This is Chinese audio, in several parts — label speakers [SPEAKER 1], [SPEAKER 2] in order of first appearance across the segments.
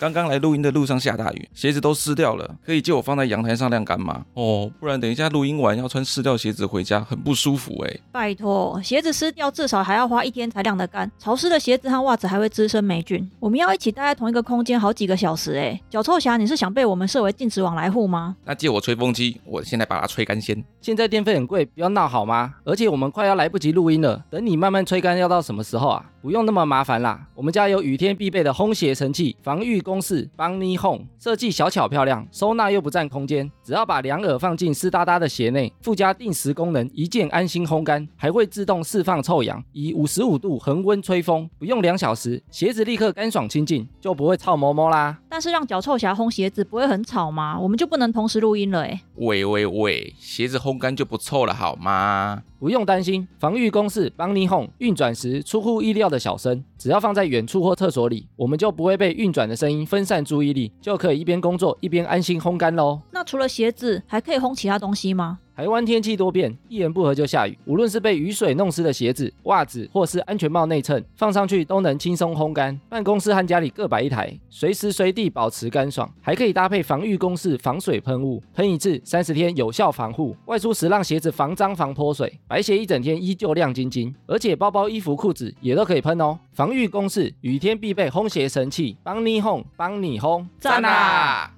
[SPEAKER 1] 刚刚来录音的路上下大雨，鞋子都湿掉了，可以借我放在阳台上晾干吗？哦，不然等一下录音完要穿湿掉鞋子回家，很不舒服哎、
[SPEAKER 2] 拜托，鞋子湿掉至少还要花一天才晾得干，潮湿的鞋子和袜子还会滋生霉菌。我们要一起待在同一个空间好几个小时哎、脚臭侠，你是想被我们设为禁止往来户吗？
[SPEAKER 1] 那借我吹风机，我现在把它吹干先。
[SPEAKER 3] 现在电费很贵，不要闹好吗？而且我们快要来不及录音了，等你慢慢吹干要到什么时候啊？不用那么麻烦啦，我们家有雨天必备的烘鞋神器，防御公式邦尼 Home，设计小巧漂亮，收纳又不占空间，只要把两耳放进湿哒哒的鞋内，附加定时功能，一键安心烘干，还会自动释放臭氧，以五十五度恒温吹风，不用两小时，鞋子立刻干爽清净，就不会臭毛毛啦。
[SPEAKER 2] 但是让脚臭侠烘鞋子不会很吵吗？我们就不能同时录音了哎、
[SPEAKER 1] 喂喂喂，鞋子烘干就不臭了好吗？
[SPEAKER 3] 不用担心，防御公式邦尼 Home 运转时出乎意料的小声，只要放在远处或厕所里，我们就不会被运转的声音分散注意力，就可以一边工作一边安心烘干喽。
[SPEAKER 2] 那除了鞋子，还可以烘其他东西吗？
[SPEAKER 3] 台湾天气多变，一言不合就下雨。无论是被雨水弄湿的鞋子、袜子，或是安全帽内衬，放上去都能轻松烘干。办公室和家里各摆一台，随时随地保持干爽。还可以搭配防御公式防水喷雾，喷一次三十天有效防护。外出时让鞋子防脏防泼水，白鞋一整天依旧亮晶晶。而且包包、衣服、裤子也都可以喷哦。防御公式，雨天必备烘鞋神器，帮你烘，帮你烘，
[SPEAKER 2] 赞啊！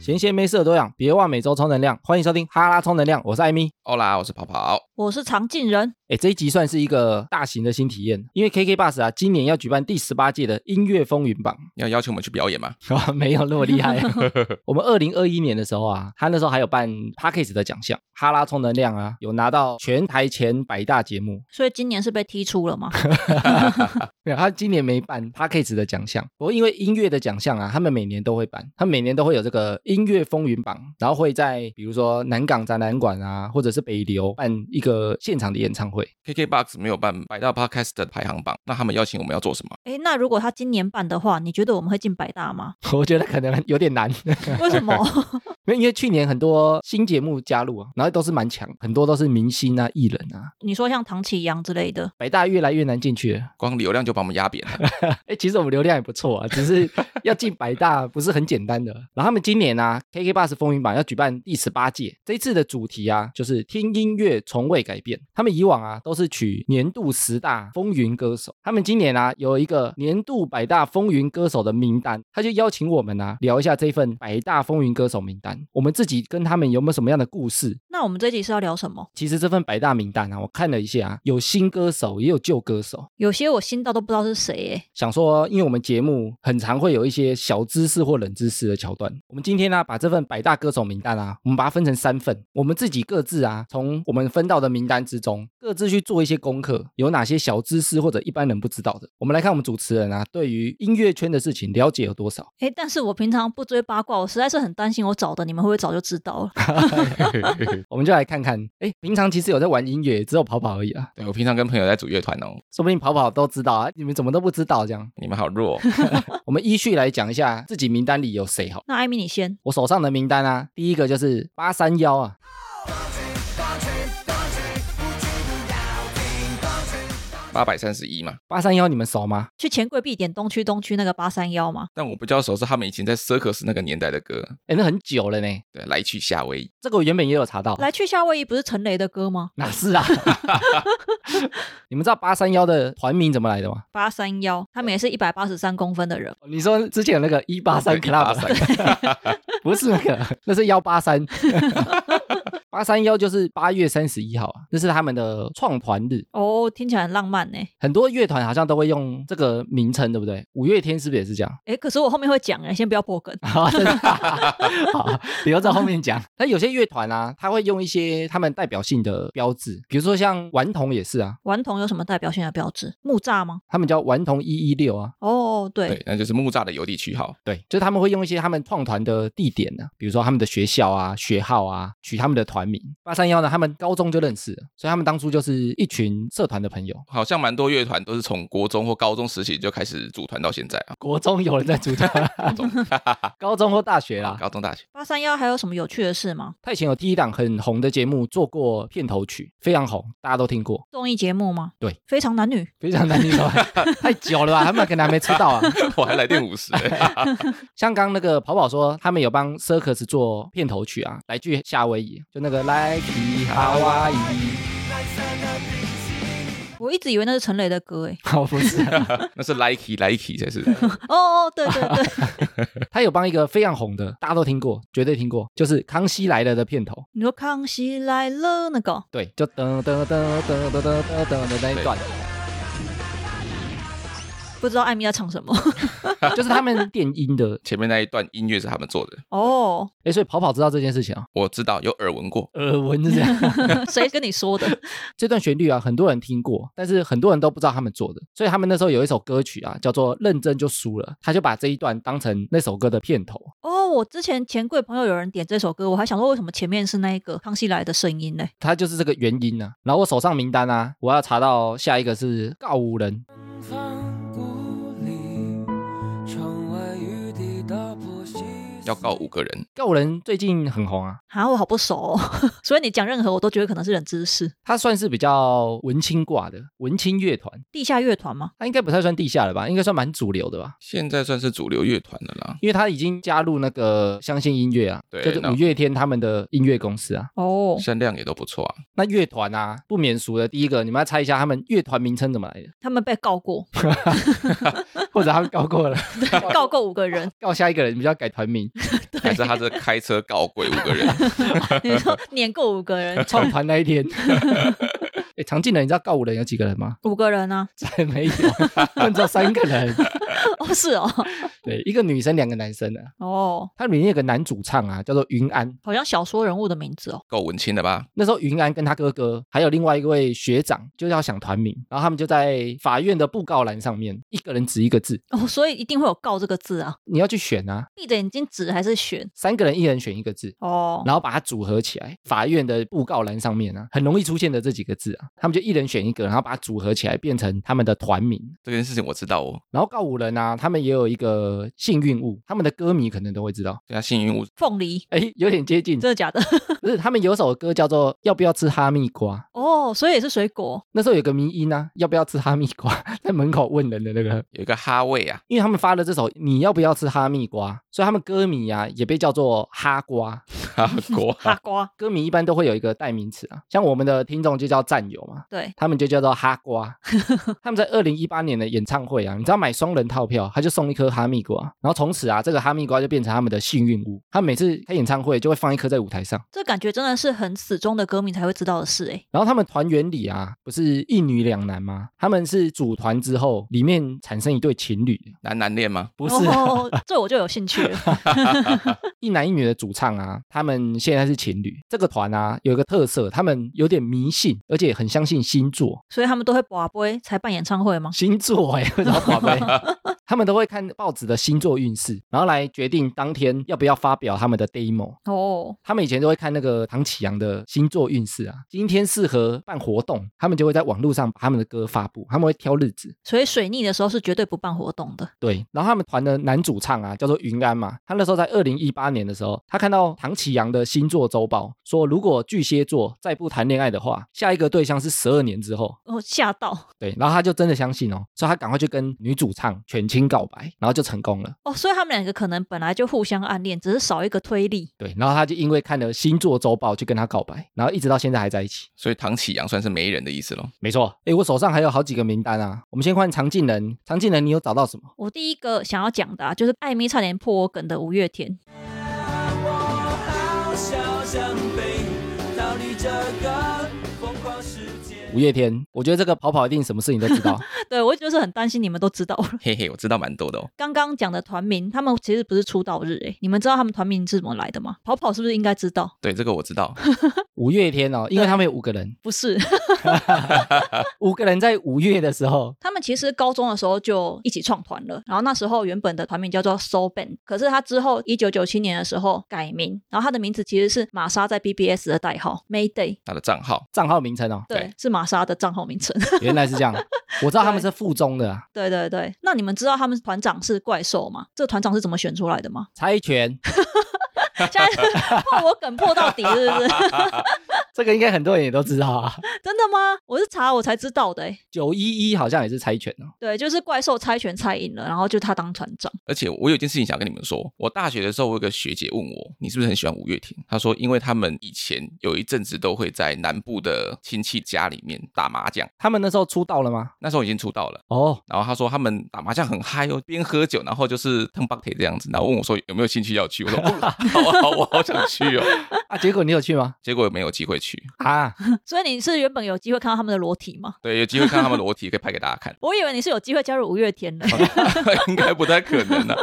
[SPEAKER 3] 闲闲没事的多养，别忘每周充能量。欢迎收听哈拉充能量，我是艾米。
[SPEAKER 1] 欧啦，我是跑跑。
[SPEAKER 2] 我是常进人，
[SPEAKER 3] 哎，这一集算是一个大型的新体验，因为 KK Bus 啊，今年要举办第十八届的音乐风云榜
[SPEAKER 1] 要邀请我们去表演吗？
[SPEAKER 3] 啊，没有那么厉害。我们二零二一年的时候啊，他那时候还有办 Parkes 的奖项，哈拉充能量啊，有拿到全台前百大节目。
[SPEAKER 2] 所以今年是被踢出了吗？
[SPEAKER 3] 没有，他今年没办 Parkes 的奖项，不过因为音乐的奖项啊，他们每年都会办，他们每年都会有这个音乐风云榜，然后会在比如说南港展览馆啊，或者是北流办一个现场的演唱会。
[SPEAKER 1] KKBOX 没有办百大 Podcast 的排行榜，那他们邀请我们要做什么？
[SPEAKER 2] 诶，那如果他今年办的话，你觉得我们会进百大 吗？
[SPEAKER 3] 我觉得可能有点难。
[SPEAKER 2] 为什么？
[SPEAKER 3] 没有，因为去年很多新节目加入啊，然后都是蛮强，很多都是明星啊、艺人啊，
[SPEAKER 2] 你说像唐启阳之类的，
[SPEAKER 3] 北大越来越难进去了。
[SPEAKER 1] 光流量就把我们压扁 了。
[SPEAKER 3] 哎，其实我们流量也不错啊，只是要进北大不是很简单的。然后他们今年啊，KK Bus 风云榜要举办第十八届，这一次的主题啊就是听音乐从未改变。他们以往啊都是取年度十大风云歌手，他们今年啊有一个年度百大风云歌手的名单，他就邀请我们啊聊一下这份百大风云歌手名单，我们自己跟他们有没有什么样的故事，
[SPEAKER 2] 那我们这一集是要聊什么？
[SPEAKER 3] 其实这份百大名单啊，我看了一下、啊，有新歌手，也有旧歌手。
[SPEAKER 2] 有些我新到都不知道是谁欸诶，
[SPEAKER 3] 想说，因为我们节目很常会有一些小知识或冷知识的桥段。我们今天呢、把这份百大歌手名单啊，我们把它分成三份，我们自己各自啊，从我们分到的名单之中，各自去做一些功课，有哪些小知识或者一般人不知道的。我们来看我们主持人啊，对于音乐圈的事情了解有多少？
[SPEAKER 2] 诶，但是我平常不追八卦，我实在是很担心我找的你们会不会早就知道了。
[SPEAKER 3] 我们就来看看，哎，平常其实有在玩音乐，只有跑跑而已啊，
[SPEAKER 1] 对我平常跟朋友在组乐团哦，
[SPEAKER 3] 说不定跑跑都知道啊，你们怎么都不知道这样？
[SPEAKER 1] 你们好弱哦。
[SPEAKER 3] 我们依序来讲一下自己名单里有谁好。
[SPEAKER 2] 那艾米你先，
[SPEAKER 3] 我手上的名单啊，第一个就是八三幺啊，
[SPEAKER 1] 八百三十一嘛，
[SPEAKER 3] 八三幺你们熟吗？
[SPEAKER 2] 去钱柜必点东区东区那个八三幺吗？
[SPEAKER 1] 但我比较熟是他们以前在 Circus 那个年代的歌，
[SPEAKER 3] 哎，那很久了呢。
[SPEAKER 1] 对，来去夏威夷。
[SPEAKER 3] 这个我原本也有查到，
[SPEAKER 2] 来去夏威夷不是陈雷的歌吗？
[SPEAKER 3] 哪是啊？ 你们知道八三幺的团名怎么来的吗？哦
[SPEAKER 2] 八三幺，他们也是一百八十三公分的人，
[SPEAKER 3] 你说之前有那个 一八三 club 不是那个，那是幺八三。八三幺就是八月三十一号啊，这是他们的创团日。
[SPEAKER 2] 哦，听起来很浪漫呢。
[SPEAKER 3] 很多乐团好像都会用这个名称，对不对？五月天是不是也是这样？
[SPEAKER 2] 诶，可是我后面会讲诶，先不要破 梗。
[SPEAKER 3] 好，啊真的，好，留在后面讲。那有些乐团啊，他会用一些他们代表性的标志，比如说像顽童也是啊，
[SPEAKER 2] 顽童有什么代表性的标志？木栅吗？
[SPEAKER 3] 他们叫顽童一一六啊，
[SPEAKER 2] 哦，对，
[SPEAKER 1] 对，那就是木栅的邮递区号。
[SPEAKER 3] 对，就是他们会用一些他们创团的地点呢、啊，比如说他们的学校啊、学号啊，取他们的团团名。八三幺呢，他们高中就认识了，所以他们当初就是一群社团的朋友。
[SPEAKER 1] 好像蛮多乐团都是从国中或高中时期就开始组团到现在啊，
[SPEAKER 3] 国中有人在组团，高中或大学啦。
[SPEAKER 1] 高中、大学。
[SPEAKER 2] 八三幺还有什么有趣的事吗？
[SPEAKER 3] 他以前有第一档很红的节目做过片头曲，非常红，大家都听过，
[SPEAKER 2] 综艺节目吗？
[SPEAKER 3] 对，
[SPEAKER 2] 非常男女。
[SPEAKER 3] 非常难听 说，太久了吧？他们可能还没吃 到啊。
[SPEAKER 1] 我还来电五 十、
[SPEAKER 3] 像刚那个跑跑说，他们有帮 Circus 做片头曲啊，来句夏威夷，就那个 Like Hawaii，
[SPEAKER 2] 我一直以为那是陈磊的歌诶。
[SPEAKER 3] 哦不是啊、
[SPEAKER 1] 那是 Likey Likey 才是。
[SPEAKER 2] 哦哦，对对对，
[SPEAKER 3] 他有帮一个非常红的，大家都听过，绝对听过，就是《康熙来了》的片头，
[SPEAKER 2] 你说《康熙来了》那个哦，
[SPEAKER 3] 对，就噔噔噔噔噔噔噔噔的那一段，
[SPEAKER 2] 不知道艾米要唱什么
[SPEAKER 3] 就是他们电音的。
[SPEAKER 1] 前面那一段音乐是他们做的，
[SPEAKER 2] 哦。
[SPEAKER 3] 哎，所以跑跑知道这件事情啊，
[SPEAKER 1] 我知道有耳闻过。
[SPEAKER 3] 耳闻是这样。
[SPEAKER 2] 谁跟你说的？
[SPEAKER 3] 这段旋律啊，很多人听过，但是很多人都不知道他们做的，所以他们那时候有一首歌曲啊，叫做《认真就输了》，他就把这一段当成那首歌的片头。
[SPEAKER 2] 哦，我之前钱柜朋友有人点这首歌，我还想说为什么前面是那一个康熙来的声音呢？
[SPEAKER 3] 它就是这个原因呢、啊。然后我手上名单啊，我要查到下一个是告五人，
[SPEAKER 4] 房不理，窗外雨滴打破细
[SPEAKER 1] 要告五个人，
[SPEAKER 3] 告五人最近很红啊，
[SPEAKER 2] 啊，我好不熟、哦， 所以你讲任何我都觉得可能是冷知识。
[SPEAKER 3] 他算是比较文青挂的文青乐团，
[SPEAKER 2] 地下乐团吗？
[SPEAKER 3] 他应该不太算地下了吧，应该算蛮主流的吧。
[SPEAKER 1] 现在算是主流乐团了啦。
[SPEAKER 3] 因为他已经加入那个相信音乐啊，
[SPEAKER 1] 对
[SPEAKER 3] 就是
[SPEAKER 1] 那
[SPEAKER 3] 五月天他们的音乐公司啊。
[SPEAKER 2] 哦，
[SPEAKER 1] 声量也都不错啊，
[SPEAKER 3] 那乐团啊，不免俗的第一个，你们要猜一下他们乐团名称怎么来的，
[SPEAKER 2] 他们被告 过，
[SPEAKER 3] 或者他们告过了，
[SPEAKER 2] 告过五个人。
[SPEAKER 3] 告下一个人，比较改团名，
[SPEAKER 1] 还是他是开车告鬼五 个人，
[SPEAKER 2] 你说撵过五个人，
[SPEAKER 3] 创团那一天。 哎，常进人，你知道告五人有几个人吗？
[SPEAKER 2] 五个人啊？
[SPEAKER 3] 再没有，他们只有三个人。
[SPEAKER 2] 哦，是哦，
[SPEAKER 3] 对，一个女生，两个男生啊。
[SPEAKER 2] 哦，
[SPEAKER 3] 它里面有个男主唱啊，叫做云安。
[SPEAKER 2] 好像小说人物的名字哦。
[SPEAKER 1] 够文青了吧？
[SPEAKER 3] 那时候云安跟他哥哥还有另外一位学长，就要想团名，然后他们就在法院的布告栏上面，一个人指一个字，
[SPEAKER 2] 哦，所以一定会有“告”这个字啊。
[SPEAKER 3] 你要去选啊，
[SPEAKER 2] 闭着眼睛指还是选？
[SPEAKER 3] 三个人一人选一个字。
[SPEAKER 2] 哦，
[SPEAKER 3] 然后把它组合起来，法院的布告栏上面啊，很容易出现的这几个字啊，他们就一人选一个，然后把它组合起来变成他们的团名。
[SPEAKER 1] 这件事情我知道哦。
[SPEAKER 3] 然后告五人啊，他们也有一个幸运物，他们的歌迷可能都会知道，
[SPEAKER 1] 对啊，幸运物
[SPEAKER 2] 凤梨，
[SPEAKER 3] 哎，有点接近
[SPEAKER 2] 真，的假的？
[SPEAKER 3] 不是他们有首歌叫做《要不要吃哈密瓜》，
[SPEAKER 2] 哦，所以也是水果。
[SPEAKER 3] 那时候有个迷音啊，要不要吃哈密瓜，在门口问人的那个，
[SPEAKER 1] 有一个哈味啊，
[SPEAKER 3] 因为他们发了这首《你要不要吃哈密瓜》，所以他们歌迷啊也被叫做哈瓜。
[SPEAKER 1] 哈国
[SPEAKER 2] 哈瓜，
[SPEAKER 3] 歌迷一般都会有一个代名词啊，像我们的听众就叫战友嘛，
[SPEAKER 2] 对，
[SPEAKER 3] 他们就叫做哈瓜。他们在二零一八年的演唱会啊，你知道买双人套票，他就送一颗哈密瓜，然后从此啊，这个哈密瓜就变成他们的幸运物。他每次开演唱会就会放一颗在舞台上，
[SPEAKER 2] 这感觉真的是很死忠的歌迷才会知道的事哎。
[SPEAKER 3] 然后他们团员里啊，不是一女两男吗？他们是组团之后里面产生一对情侣，
[SPEAKER 1] 男男恋吗？
[SPEAKER 3] 不是、啊、
[SPEAKER 2] 哦，这我就有兴趣了。
[SPEAKER 3] 一男一女的主唱啊，他们现在是情侣。这个团啊有一个特色，他们有点迷信，而且很相信星座。
[SPEAKER 2] 所以他们都会把杯才办演唱会 吗？
[SPEAKER 3] 星座哎、欸，老宝贝，他们都会看报纸的星座运势，然后来决定当天要不要发表他们的 demo。
[SPEAKER 2] 哦，
[SPEAKER 3] 他们以前都会看那个唐启阳的星座运势啊，今天适合办活动，他们就会在网络上把他们的歌发布，他们会挑日子。
[SPEAKER 2] 所以水逆的时候是绝对不办活动的。
[SPEAKER 3] 对，然后他们团的男主唱啊，叫做云安嘛，他那时候在二零一八年的时候，他看到唐启阳的星座周报说，如果巨蟹座再不谈恋爱的话，下一个对象是十二年之后。
[SPEAKER 2] 哦，吓到
[SPEAKER 3] 对，然后他就真的相信哦，所以他赶快去跟女主唱全清告白，然后就成功了。
[SPEAKER 2] 哦，所以他们两个可能本来就互相暗恋，只是少一个推力。
[SPEAKER 3] 对，然后他就因为看了星座周报去跟他告白，然后一直到现在还在一起。
[SPEAKER 1] 所以唐启阳算是媒人的意思咯。
[SPEAKER 3] 没错，诶，我手上还有好几个名单啊。我们先换常进人，常进人，你有找到什么？
[SPEAKER 2] 我第一个想要讲的、啊、就是艾米差点破我梗的五月天，
[SPEAKER 4] 我好想象被逃离这个疯狂世界。
[SPEAKER 3] 五月天，我觉得这个跑跑一定什么事情都知 道。
[SPEAKER 2] 对我就是很担心你们都知道了。
[SPEAKER 1] 嘿嘿，我知道蛮多的哦。
[SPEAKER 2] 刚刚讲的团名，他们其实不是出道日诶、你们知道他们团名是怎么来的吗？跑跑是不是应该知道？
[SPEAKER 1] 对，这个我知道。
[SPEAKER 3] 五月天哦，因为他们有五个人，
[SPEAKER 2] 不是，
[SPEAKER 3] 五个人在五月的时候，
[SPEAKER 2] 他们其实高中的时候就一起创团了，然后那时候原本的团名叫做 Soul Band，可是他之后一九九七年的时候改名，然后他的名字其实是玛莎在 BBS 的代号 Mayday，
[SPEAKER 1] 他的账号
[SPEAKER 3] 账号名称哦，
[SPEAKER 2] 对
[SPEAKER 1] 对，
[SPEAKER 2] 是玛莎的账号名称。
[SPEAKER 3] 原来是 这样。我知道他们是附中的、啊，
[SPEAKER 2] 对对对，那你们知道他们团长是怪兽吗？这个团长是怎么选出来的吗？
[SPEAKER 3] 猜拳，
[SPEAKER 2] 现在破我梗破到底是不是？
[SPEAKER 3] 这个应该很多人也都知道啊。
[SPEAKER 2] 真的吗？我是查我才知道的、欸。
[SPEAKER 3] 九一一好像也是猜拳哦，
[SPEAKER 2] 对，就是怪兽猜拳猜赢了，然后就他当团长。
[SPEAKER 1] 而且我有一件事情想跟你们说，我大学的时候，我有个学姐问我，你是不是很喜欢五月天？她说，因为他们以前有一阵子都会在南部的亲戚家里面打麻将，
[SPEAKER 3] 他们那时候出道了吗？
[SPEAKER 1] 那时候已经出道了。
[SPEAKER 3] 哦，
[SPEAKER 1] 然后她说他们打麻将很嗨哦，边喝酒，然后就是腾巴铁这样子。然后问我说有没有兴趣要去，我说、哦、好啊好啊，我好想去哦。
[SPEAKER 3] 啊，结果你有去吗？
[SPEAKER 1] 结果没有机会去，
[SPEAKER 3] 啊，
[SPEAKER 2] 所以你是原本有机会看到他们的裸体吗？，
[SPEAKER 1] 对，有机会看他们裸体可以拍给大家看
[SPEAKER 2] 我以为你是有机会加入五月天 的。
[SPEAKER 1] 应该不太可能啊。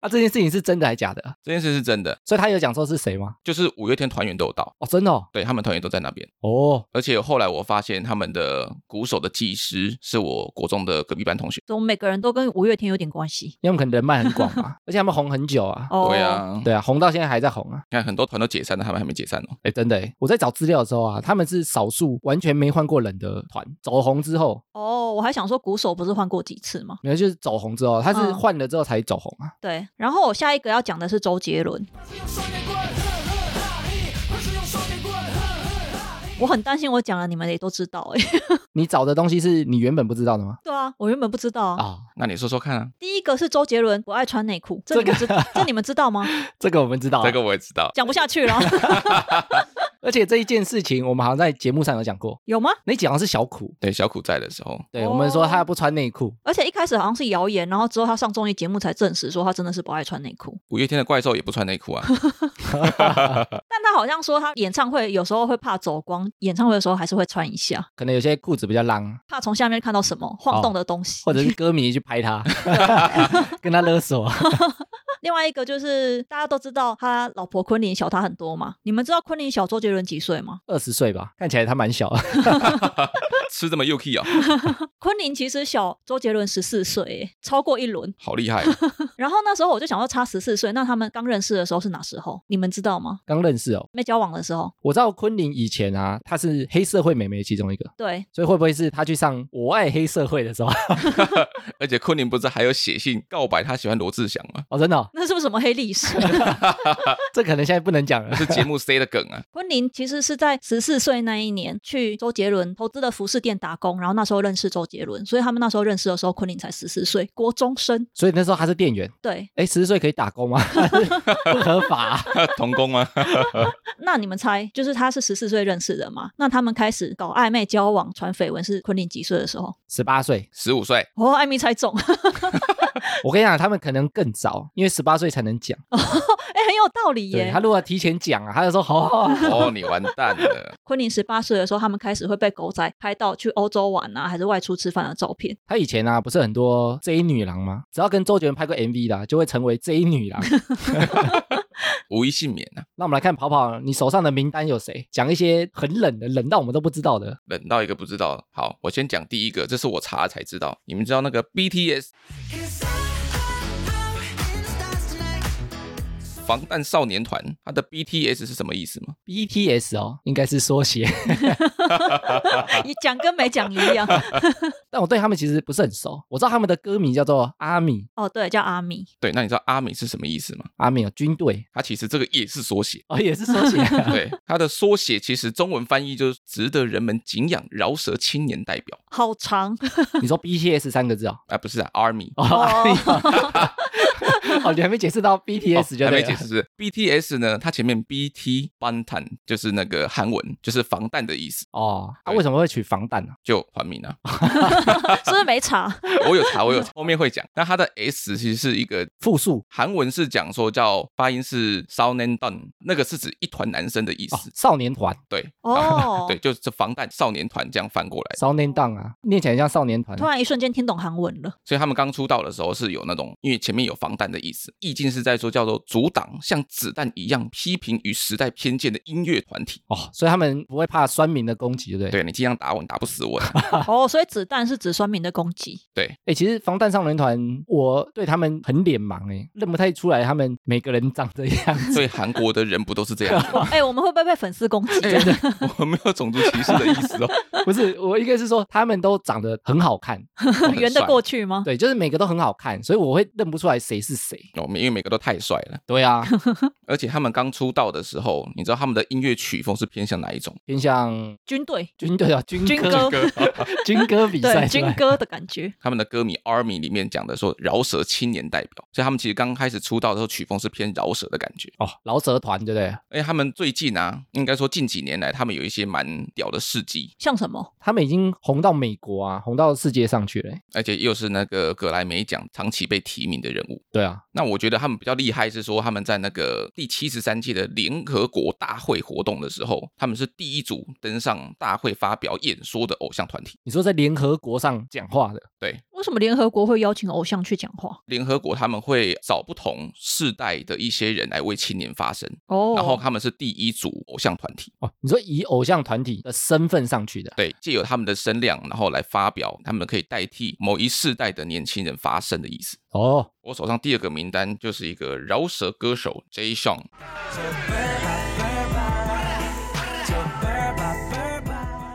[SPEAKER 3] 啊，这件事情是真的还假的？
[SPEAKER 1] 这件事是真的，
[SPEAKER 3] 所以他有讲说是谁吗？
[SPEAKER 1] 就是五月天团员都有到，
[SPEAKER 3] 哦，真的哦，
[SPEAKER 1] 对他们团员都在那边。
[SPEAKER 3] 哦，
[SPEAKER 1] 而且后来我发现他们的鼓手的技师是我国中的隔壁班同学。
[SPEAKER 2] 怎么每个人都跟五月天有点关系？
[SPEAKER 3] 因为我们可能人脉很广 嘛，而且他们红很久啊。
[SPEAKER 2] 哦
[SPEAKER 1] 对，啊，
[SPEAKER 3] 对啊，红到现在还在红啊！
[SPEAKER 1] 你看很多团都解散了，他们还没解散哦。
[SPEAKER 3] 哎，真的哎，我在找资料的时候啊，他们是少数完全没换过人的团。走红之后，
[SPEAKER 2] 哦，我还想说鼓手不是换过几次吗？
[SPEAKER 3] 没有就是走红之后，他是
[SPEAKER 2] 嗯
[SPEAKER 3] 换了之后才走红啊。
[SPEAKER 2] 对，然后我下一个要讲的是周杰伦，我很担心我讲了你们也都知道哎、
[SPEAKER 3] 你找的东西是你原本不知道的吗？
[SPEAKER 2] 对啊，我原本不知道啊。
[SPEAKER 3] 啊，
[SPEAKER 1] 那你说说看啊，
[SPEAKER 2] 第一个是周杰伦不爱穿内裤，这你们知这你们知道吗？
[SPEAKER 3] 这个我们知道啊，
[SPEAKER 1] 这个我也知道，
[SPEAKER 2] 讲不下去了，
[SPEAKER 3] 而且这一件事情，我们好像在节目上有讲过。
[SPEAKER 2] 有吗？
[SPEAKER 3] 那讲的是小苦，
[SPEAKER 1] 对小苦在的时候，
[SPEAKER 3] 对、
[SPEAKER 2] 哦
[SPEAKER 3] 我们说他不穿内裤，
[SPEAKER 2] 而且一开始好像是谣言，然后之后他上综艺节目才证实说他真的是不爱穿内裤。
[SPEAKER 1] 五月天的怪兽也不穿内裤啊，
[SPEAKER 2] 但他好像说他演唱会有时候会怕走光，演唱会的时候还是会穿一下，
[SPEAKER 3] 可能有些裤子比较浪，
[SPEAKER 2] 怕从下面看到什么晃动的东西。
[SPEAKER 3] 哦或者 是歌迷去拍他，跟他勒索。啊
[SPEAKER 2] 另外一个就是大家都知道他老婆昆凌小他很多嘛，你们知道昆凌小周杰伦几岁吗？
[SPEAKER 3] 二十岁吧，看起来他蛮小啊的。
[SPEAKER 1] 吃这么又 key 啊，
[SPEAKER 2] 昆凌其实小周杰伦十四岁耶，超过一轮。
[SPEAKER 1] 好厉害啊！
[SPEAKER 2] 然后那时候我就想说差十四岁，那他们刚认识的时候是哪时候？你们知道吗？
[SPEAKER 3] 刚认识哦，
[SPEAKER 2] 没交往的时候，
[SPEAKER 3] 我知道昆凌以前啊，她是黑社会美眉其中一个，
[SPEAKER 2] 对，
[SPEAKER 3] 所以会不会是她去上《我爱黑社会》的时候？
[SPEAKER 1] 而且昆凌不是还有写信告白他喜欢罗志祥吗？
[SPEAKER 3] 哦，真的哦、
[SPEAKER 2] 那是不是什么黑历史？
[SPEAKER 3] 这可能现在不能讲了
[SPEAKER 1] 那。是节目 C 的梗啊，
[SPEAKER 2] 昆凌其实是在十四岁那一年去周杰伦投资的服饰店打工，然后那时候认识周杰伦，所以他们那时候认识的时候，昆凌才十四岁，国中生。
[SPEAKER 3] 所以那时候她是店员，
[SPEAKER 2] 对，
[SPEAKER 3] 哎，十岁可以打工吗？ 不合法、啊。
[SPEAKER 1] 童工吗？
[SPEAKER 2] 那你们猜，就是他是十四岁认识的嘛？那他们开始搞暧昧、交往、传绯闻是昆凌几岁的时候？
[SPEAKER 3] 十八岁，
[SPEAKER 1] 十五岁，
[SPEAKER 2] 哦，艾米猜中， 哎、
[SPEAKER 3] 我跟你讲，他们可能更早，因为十八岁才能讲。
[SPEAKER 2] 哎很有道理
[SPEAKER 3] 对
[SPEAKER 2] 耶
[SPEAKER 3] 他。如果提前讲啊，他就说好好好
[SPEAKER 1] 哦，你完蛋了，
[SPEAKER 2] 昆凌十八岁的时候，他们开始会被狗仔拍到去欧洲玩啊，还是外出吃饭的照 片。
[SPEAKER 3] 他以前啊，不是很多 J 女郎吗？只要跟周杰伦拍过 MV 的啊、就会成为 J 女郎。
[SPEAKER 1] 无一幸免啊，
[SPEAKER 3] 那我们来看跑跑，你手上的名单有谁？讲一些很冷的，冷到我们都不知道的。
[SPEAKER 1] 冷到一个不知道。好，我先讲第一个，这是我查了才知道，你们知道那个 BTS 防弹少年团，它的 BTS 是什么意思吗？
[SPEAKER 3] BTS 哦，应该是缩写，
[SPEAKER 2] 你讲跟没讲一样。
[SPEAKER 3] 但我对他们其实不是很熟。我知道他们的歌名叫做阿米，
[SPEAKER 2] 哦，对，叫阿米。
[SPEAKER 1] 对，那你知道阿米是什么意思吗？
[SPEAKER 3] 阿米哦，军队，
[SPEAKER 1] 它其实这个也是缩写
[SPEAKER 3] 哦，也是缩写。
[SPEAKER 1] 对，它的缩写其实中文翻译就是值得人们敬仰饶舌青年代表
[SPEAKER 2] 好长
[SPEAKER 3] 你说 BTS 三个字哦，
[SPEAKER 1] 啊，不是啊，Army。
[SPEAKER 3] 哦，阿米哦哦，你还没解释到 BTS 就
[SPEAKER 1] 哦还没
[SPEAKER 3] 对了
[SPEAKER 1] 解释是不是 BTS 呢，它前面 BT 班坦就是那个韩文，就是防弹的意思，
[SPEAKER 3] 哦。啊
[SPEAKER 1] 对
[SPEAKER 3] 为什么会取防弹呢？
[SPEAKER 1] 就还名啊。
[SPEAKER 2] 是不是没查？
[SPEAKER 1] 我有查，我有查后面会讲。那它的 S 其实是一个
[SPEAKER 3] 复数
[SPEAKER 1] 韩文是讲说叫发音是 s o u n and done，那个是指一团男生的意思。
[SPEAKER 3] 哦，少年团
[SPEAKER 1] 对，
[SPEAKER 2] 哦
[SPEAKER 1] 对，就是防弹少年团这样翻过来。
[SPEAKER 3] 少年档啊，念起来像少年团
[SPEAKER 2] 突。然一瞬间听懂韩文了，
[SPEAKER 1] 所以他们刚出道的时候是有那种，因为前面有防弹的意思，意境是在说叫做阻挡像子弹一样批评与时代偏见的音乐团体。
[SPEAKER 3] 哦，所以他们不会怕酸民的攻击，对不对？。
[SPEAKER 1] 对你经常打我，你打不死我。
[SPEAKER 3] 啊
[SPEAKER 2] 哦，所以子弹是指酸民的攻击。
[SPEAKER 3] 哎、其实防弹少年团，我对他们很脸盲哎、认不太出来他们每个人长这样子。
[SPEAKER 1] 所以韩国的人不都是这样 子吗？
[SPEAKER 2] 哎、我们会不会被粉丝攻击、
[SPEAKER 1] 哎
[SPEAKER 2] 啊？
[SPEAKER 1] 我没有种族歧视的意思哦。
[SPEAKER 3] 不是，我应该是说他们都长得很好看，
[SPEAKER 1] 很
[SPEAKER 2] 圆得
[SPEAKER 1] 帅
[SPEAKER 2] 过去吗？
[SPEAKER 3] 对，就是每个都很好看，所以我会认不出来谁是谁。
[SPEAKER 1] 哦，因为每个都太帅了，
[SPEAKER 3] 对啊，
[SPEAKER 1] 而且他们刚出道的时候，你知道他们的音乐曲风是偏向哪一种？
[SPEAKER 3] 偏向
[SPEAKER 2] 军队、
[SPEAKER 3] 军队啊，军
[SPEAKER 2] 军
[SPEAKER 3] 歌
[SPEAKER 2] 歌，
[SPEAKER 3] 军歌比赛
[SPEAKER 2] 对，
[SPEAKER 3] 出
[SPEAKER 2] 军
[SPEAKER 3] 来，
[SPEAKER 2] 歌的感觉。
[SPEAKER 1] 他们的歌迷 ARMY 里面讲的说饶舌青年代表，所以他们其实刚开始出道的时候曲风是偏饶舌的感觉。
[SPEAKER 3] 哦，饶舌团对不对？
[SPEAKER 1] 而且他们最近啊，应该说近几年来，他们有一些蛮屌的事迹，
[SPEAKER 2] 像什么？
[SPEAKER 3] 他们已经红到美国啊，红到世界上去了欸。
[SPEAKER 1] 而且又是那个格莱美奖长期被提名的人物。
[SPEAKER 3] 对啊，
[SPEAKER 1] 那我觉得他们比较厉害是说，他们在那个第七十三届的联合国大会活动的时候，他们是第一组登上大会发表演说的偶像团体。
[SPEAKER 3] 你说在联合国上讲话的，
[SPEAKER 2] 为什么联合国会邀请偶像去讲话？
[SPEAKER 1] 联合国他们会找不同世代的一些人来为青年发声，
[SPEAKER 2] 哦，
[SPEAKER 1] 然后他们是第一组偶像团体，
[SPEAKER 3] 哦，你说以偶像团体的身份上去的，
[SPEAKER 1] 对，借由他们的声量，然后来发表他们可以代替某一世代的年轻人发声的意思。
[SPEAKER 3] 哦，
[SPEAKER 1] 我手上第二个名单就是一个饶舌歌手 J. a y Sean，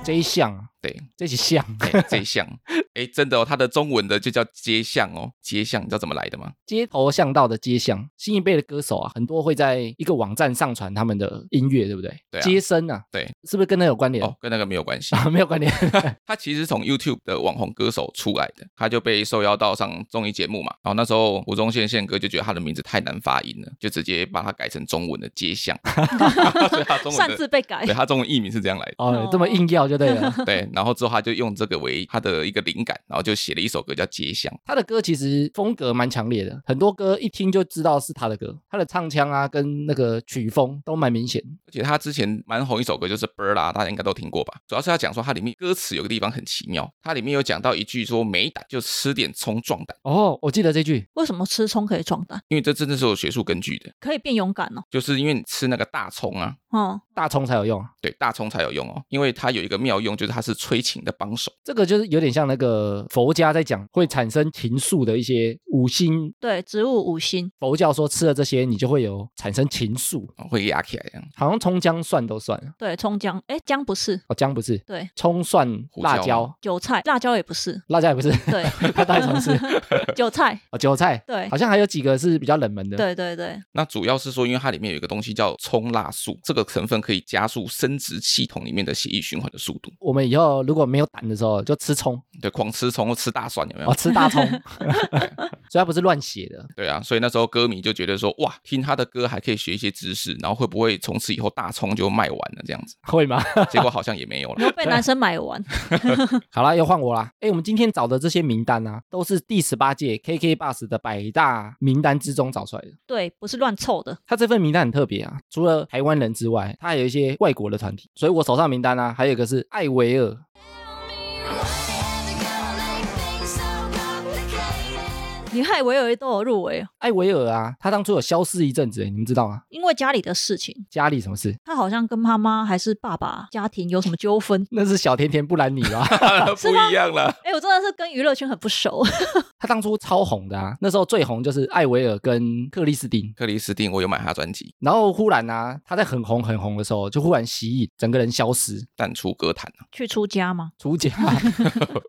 [SPEAKER 3] 这一项啊，
[SPEAKER 1] 对，
[SPEAKER 3] 这几项，
[SPEAKER 1] 哎 J. 项，哎，真的哦，他的中文的就叫街巷哦，街巷，你知道怎么来的吗？
[SPEAKER 3] 街头巷道的街巷，新一辈的歌手啊，很多会在一个网站上传他们的音乐，对不对？
[SPEAKER 1] 对啊
[SPEAKER 3] 街声啊，
[SPEAKER 1] 对，
[SPEAKER 3] 是不是跟那有关联？
[SPEAKER 1] 哦，跟那个没有关系。
[SPEAKER 3] 啊，没有关联。
[SPEAKER 1] 他其实从 YouTube 的网红歌手出来的，他就被受邀到上综艺节目嘛。然后那时候吴宗宪宪哥就觉得他的名字太难发音了，就直接把它改成中文的街巷，所以他中文
[SPEAKER 2] 擅
[SPEAKER 1] 的
[SPEAKER 2] 自被改
[SPEAKER 1] 对。他中文译名是这样来的。
[SPEAKER 3] 哦，这么硬要就对 了。
[SPEAKER 1] 对，然后之后他就用这个为他的一个灵感，然后就写了一首歌叫《街巷》。
[SPEAKER 3] 他的歌其实风格蛮强烈的，很多歌一听就知道是他的歌，他的唱腔啊跟那个曲风都蛮明显。
[SPEAKER 1] 而且他之前蛮红一首歌就是《Bird》啦，大啊家应该都听过吧？主要是他讲说它里面歌词有个地方很奇妙，它里面有讲到一句说“没胆就吃点葱壮胆
[SPEAKER 3] 哦，我记得这句
[SPEAKER 2] 为什么吃葱可以壮胆？”，
[SPEAKER 1] 因为这真的是有学术根据的，
[SPEAKER 2] 可以变勇敢哦。
[SPEAKER 1] 就是因为你吃那个大葱啊，
[SPEAKER 2] 哦，
[SPEAKER 3] 大葱才有用啊，
[SPEAKER 1] 对，大葱才有用哦，因为它有一个妙用，就是它是催情的帮手。
[SPEAKER 3] 这个就是有点像那个佛家在讲会产生情愫的一些五心。
[SPEAKER 2] 对，植物五星
[SPEAKER 3] 佛教说吃了这些，你就会有产生情愫，
[SPEAKER 1] 哦会压起来这样，
[SPEAKER 3] 好像葱姜蒜都算啊
[SPEAKER 2] 对，葱姜，哎，姜不是，
[SPEAKER 3] 哦，姜不是，
[SPEAKER 2] 对，
[SPEAKER 3] 葱蒜
[SPEAKER 1] 胡椒
[SPEAKER 3] 辣
[SPEAKER 1] 吗
[SPEAKER 3] 椒，
[SPEAKER 2] 韭菜、辣椒也不是，
[SPEAKER 3] 辣椒也不是，
[SPEAKER 2] 对
[SPEAKER 3] 它到底什么事？
[SPEAKER 2] 韭菜，
[SPEAKER 3] 哦，韭菜，
[SPEAKER 2] 对
[SPEAKER 3] 好像还有几个是比较冷门的，，
[SPEAKER 2] 对对对，
[SPEAKER 1] 那主要是说，因为它里面有一个东西叫葱辣素，这个成分可以加速生殖系统里面的血液循环的速度。
[SPEAKER 3] 我们以后如果没有胆的时候，就吃葱，
[SPEAKER 1] 对，狂吃葱或吃大蒜有没有
[SPEAKER 3] 哦，？吃大 葱，所以它不是乱写的。
[SPEAKER 1] 对啊，所以那时候歌迷就觉得说，哇，听他的歌还可以学一些知识，然后会不会从此以后大葱就卖完了这样子？
[SPEAKER 3] 会吗？
[SPEAKER 1] 结果好像也没有
[SPEAKER 2] 你又
[SPEAKER 1] 了。
[SPEAKER 2] 被男生买完，
[SPEAKER 3] 好啦，又换我啦。哎，我们今天找的这些名单啊，都是第十八届 KK Bus 的百大名单之中找出来的。
[SPEAKER 2] 对，不是乱凑的。
[SPEAKER 3] 它这份名单很特别啊，除了台湾人之外，它还有一些外国的团体。所以我手上的名单啊，还有一个是艾维尔，
[SPEAKER 2] 你害维尔都有入围，哦
[SPEAKER 3] 艾维尔啊，他当初有消失一阵子，你们知道吗？
[SPEAKER 2] 因为家里的事情，
[SPEAKER 3] 家里什么事？
[SPEAKER 2] 他好像跟妈妈还是爸爸家庭有什么纠纷。
[SPEAKER 3] 那是小甜甜布兰妮吧？
[SPEAKER 1] 不一样了，
[SPEAKER 2] 哎，我真的是跟娱乐圈很不熟。
[SPEAKER 3] 他当初超红的啊，那时候最红就是艾维尔跟克里斯汀。
[SPEAKER 1] 克里斯汀，我有买他专辑，
[SPEAKER 3] 然后忽然啊，他在很红很红的时候，就忽然息影，整个人消失
[SPEAKER 1] 淡出歌坛啊。
[SPEAKER 2] 去出家吗？
[SPEAKER 3] 啊出家。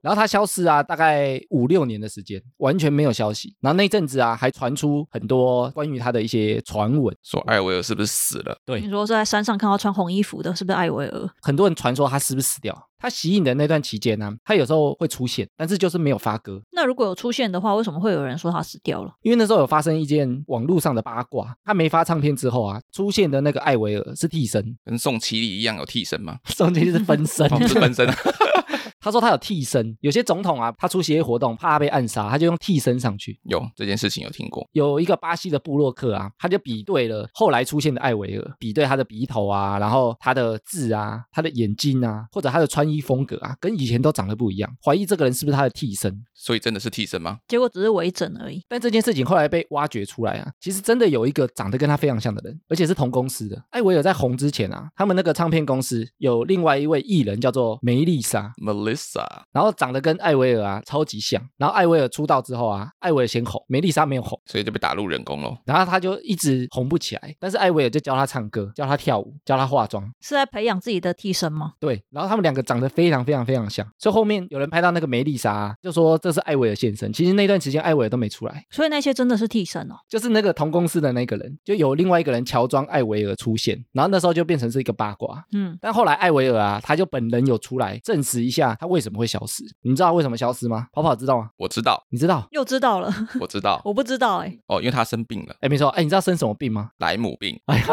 [SPEAKER 3] 然后他消失啊，大概五六年的时间，完全没有消消息。然后那阵子啊，还传出很多关于他的一些传闻，
[SPEAKER 1] 说艾维尔是不是死了？
[SPEAKER 3] 对
[SPEAKER 2] 你说是在山上看到穿红衣服的，是不是艾维尔？
[SPEAKER 3] 很多人传说他是不是死掉。啊他吸引的那段期间呢、他有时候会出现，但是就是没有发歌。
[SPEAKER 2] 那如果有出现的话，为什么会有人说他死掉了？
[SPEAKER 3] 因为那时候有发生一件网络上的八卦，他没发唱片之后啊，出现的那个艾维尔是替身，
[SPEAKER 1] 跟宋其礼一样有替身吗？
[SPEAKER 3] 中间是分身。
[SPEAKER 1] 哦，不是分身啊，
[SPEAKER 3] 他说他有替身，有些总统啊，他出席一些活动，怕他被暗杀，他就用替身上去。
[SPEAKER 1] 有这件事情有听过。
[SPEAKER 3] 有一个巴西的部落客啊，他就比对了后来出现的艾维尔，比对他的鼻头啊，然后他的痣啊，他的眼睛啊，或者他的穿衣风格啊，跟以前都长得不一样，怀疑这个人是不是他的替身。
[SPEAKER 1] 所以真的是替身吗？
[SPEAKER 2] 结果只是微整而已。
[SPEAKER 3] 但这件事情后来被挖掘出来啊，其实真的有一个长得跟他非常像的人，而且是同公司的。艾维尔在红之前啊，他们那个唱片公司有另外一位艺人叫做梅丽莎，
[SPEAKER 1] Melissa，
[SPEAKER 3] 然后长得跟艾维尔啊超级像。然后艾维尔出道之后啊，艾维尔先红，梅丽莎没有红。
[SPEAKER 1] 所以就被打入人工喽。
[SPEAKER 3] 然后他就一直红不起来，但是艾维尔就教他唱歌，教他跳舞，教他化妆，
[SPEAKER 2] 是在培养自己的替身吗？
[SPEAKER 3] 对。然后他们两个长得非常非常非常像，所以后面有人拍到那个梅丽莎、啊，就说这是艾维尔现身。其实那段时间艾维尔都没出来，
[SPEAKER 2] 所以那些真的是替身哦。
[SPEAKER 3] 就是那个同公司的那个人，就有另外一个人乔装艾维尔出现，然后那时候就变成是一个八卦。
[SPEAKER 2] 嗯，
[SPEAKER 3] 但后来艾维尔啊，他就本人有出来证实一下他为什么会消失。你知道为什么消失吗？跑跑知道吗？
[SPEAKER 1] 我知道，
[SPEAKER 3] 你知道？
[SPEAKER 2] 又知道了，
[SPEAKER 1] 我知 道。
[SPEAKER 2] 我不知道哎、
[SPEAKER 1] 哦，因为他生病了，
[SPEAKER 3] 哎，没错，哎，你知道生什么病吗？
[SPEAKER 1] 莱姆病，
[SPEAKER 3] 哎呀，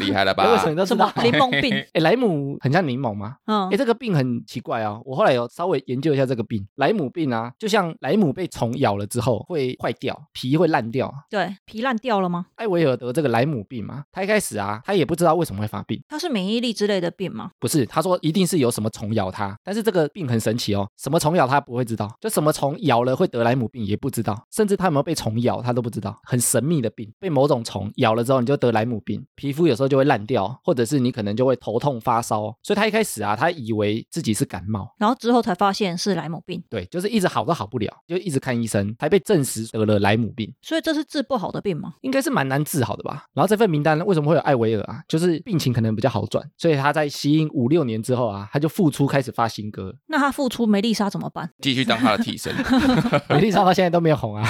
[SPEAKER 1] 厉害了吧？
[SPEAKER 3] 为什么你都知
[SPEAKER 2] 什么
[SPEAKER 3] 道？
[SPEAKER 2] 柠檬病？
[SPEAKER 3] 哎，莱姆很像柠檬吗？
[SPEAKER 2] 嗯
[SPEAKER 3] 哎、欸，，这个病很奇怪哦。我后来有稍微研究一下这个病，莱姆病啊，就像莱姆被虫咬了之后会坏掉，皮会烂掉啊。
[SPEAKER 2] 对，皮烂掉了吗？
[SPEAKER 3] 艾维尔得这个莱姆病嘛，他一开始啊，他也不知道为什么会发病，
[SPEAKER 2] 它是免疫力之类的病吗？
[SPEAKER 3] 不是，他说一定是有什么虫咬他，但是这个病很神奇哦，什么虫咬他不会知道，就什么虫咬了会得莱姆病也不知道，甚至他有没有被虫咬他都不知道，很神秘的病，被某种虫咬了之后你就得莱姆病，皮肤有时候就会烂掉，或者是你可能就会头痛发烧哦，所以他一开始啊，他以为自己是感冒。
[SPEAKER 2] 然后之后才发现是莱姆病，
[SPEAKER 3] 对，就是一直好都好不了，就一直看医生，还被证实得了莱姆病，
[SPEAKER 2] 所以这是治不好的病吗？
[SPEAKER 3] 应该是蛮难治好的吧。然后这份名单为什么会有艾维尔啊？就是病情可能比较好转，所以他在吸引五六年之后啊，他就复出开始发新歌，
[SPEAKER 2] 那他付出梅丽莎怎么办？
[SPEAKER 1] 继续当他的替身。
[SPEAKER 3] 美丽莎到现在都没有红啊。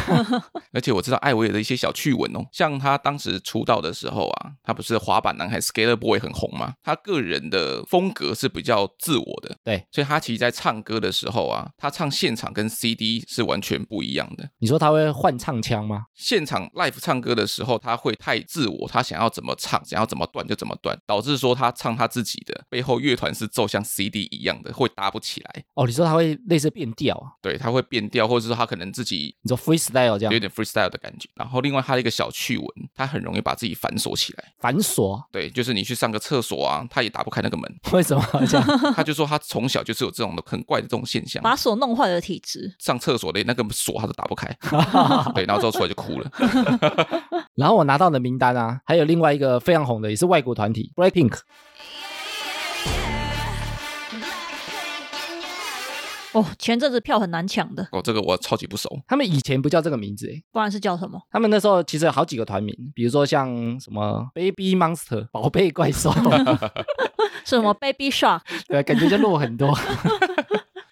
[SPEAKER 1] 而且我知道艾维尔的一些小趣闻哦，像他当时出道的时候啊，他不是滑板男孩 Skater Boy 很红吗？他个人的风格是比较自我的，
[SPEAKER 3] 对，
[SPEAKER 1] 所以他其实在唱歌的时候啊，他唱现场跟 CD 是完全不一样的。
[SPEAKER 3] 你说他会换唱腔吗？
[SPEAKER 1] 现场 live 唱歌的时候，他会太自我，他想要怎么唱，想要怎么断就怎么断，导致说他唱他自己的，背后乐团是奏像 CD 一样的，会搭不起来。
[SPEAKER 3] 哦，你说他会类似变调啊？
[SPEAKER 1] 对，他会变调，或者是说他可能自己
[SPEAKER 3] 你说 freestyle 这
[SPEAKER 1] 有
[SPEAKER 3] 样
[SPEAKER 1] 点 freestyle 的感觉。然后另外他的一个小趣闻，他很容易把自己反锁起来。
[SPEAKER 3] 繁琐，
[SPEAKER 1] 对，就是你去上个厕所啊，他也打不开那个 门。
[SPEAKER 3] 为什么这样？
[SPEAKER 1] 他就说他从小就是有这种的很怪的这种现象，
[SPEAKER 2] 把手弄坏了体质，
[SPEAKER 1] 上厕所的那个锁他都打不 开。对，然后之后出来就哭了。
[SPEAKER 3] 然后我拿到的名单啊，还有另外一个非常红的，也是外国团体 Blackpink。
[SPEAKER 2] 哦，前阵子票很难抢的，
[SPEAKER 1] 哦，这个我超级不熟。
[SPEAKER 3] 他们以前不叫这个名字诶，欸
[SPEAKER 2] 不然是叫什么？
[SPEAKER 3] 他们那时候其实有好几个团名，比如说像什么 Baby Monster 宝贝怪兽，
[SPEAKER 2] 是什么 Baby Shark
[SPEAKER 3] 对，感觉就弱很多。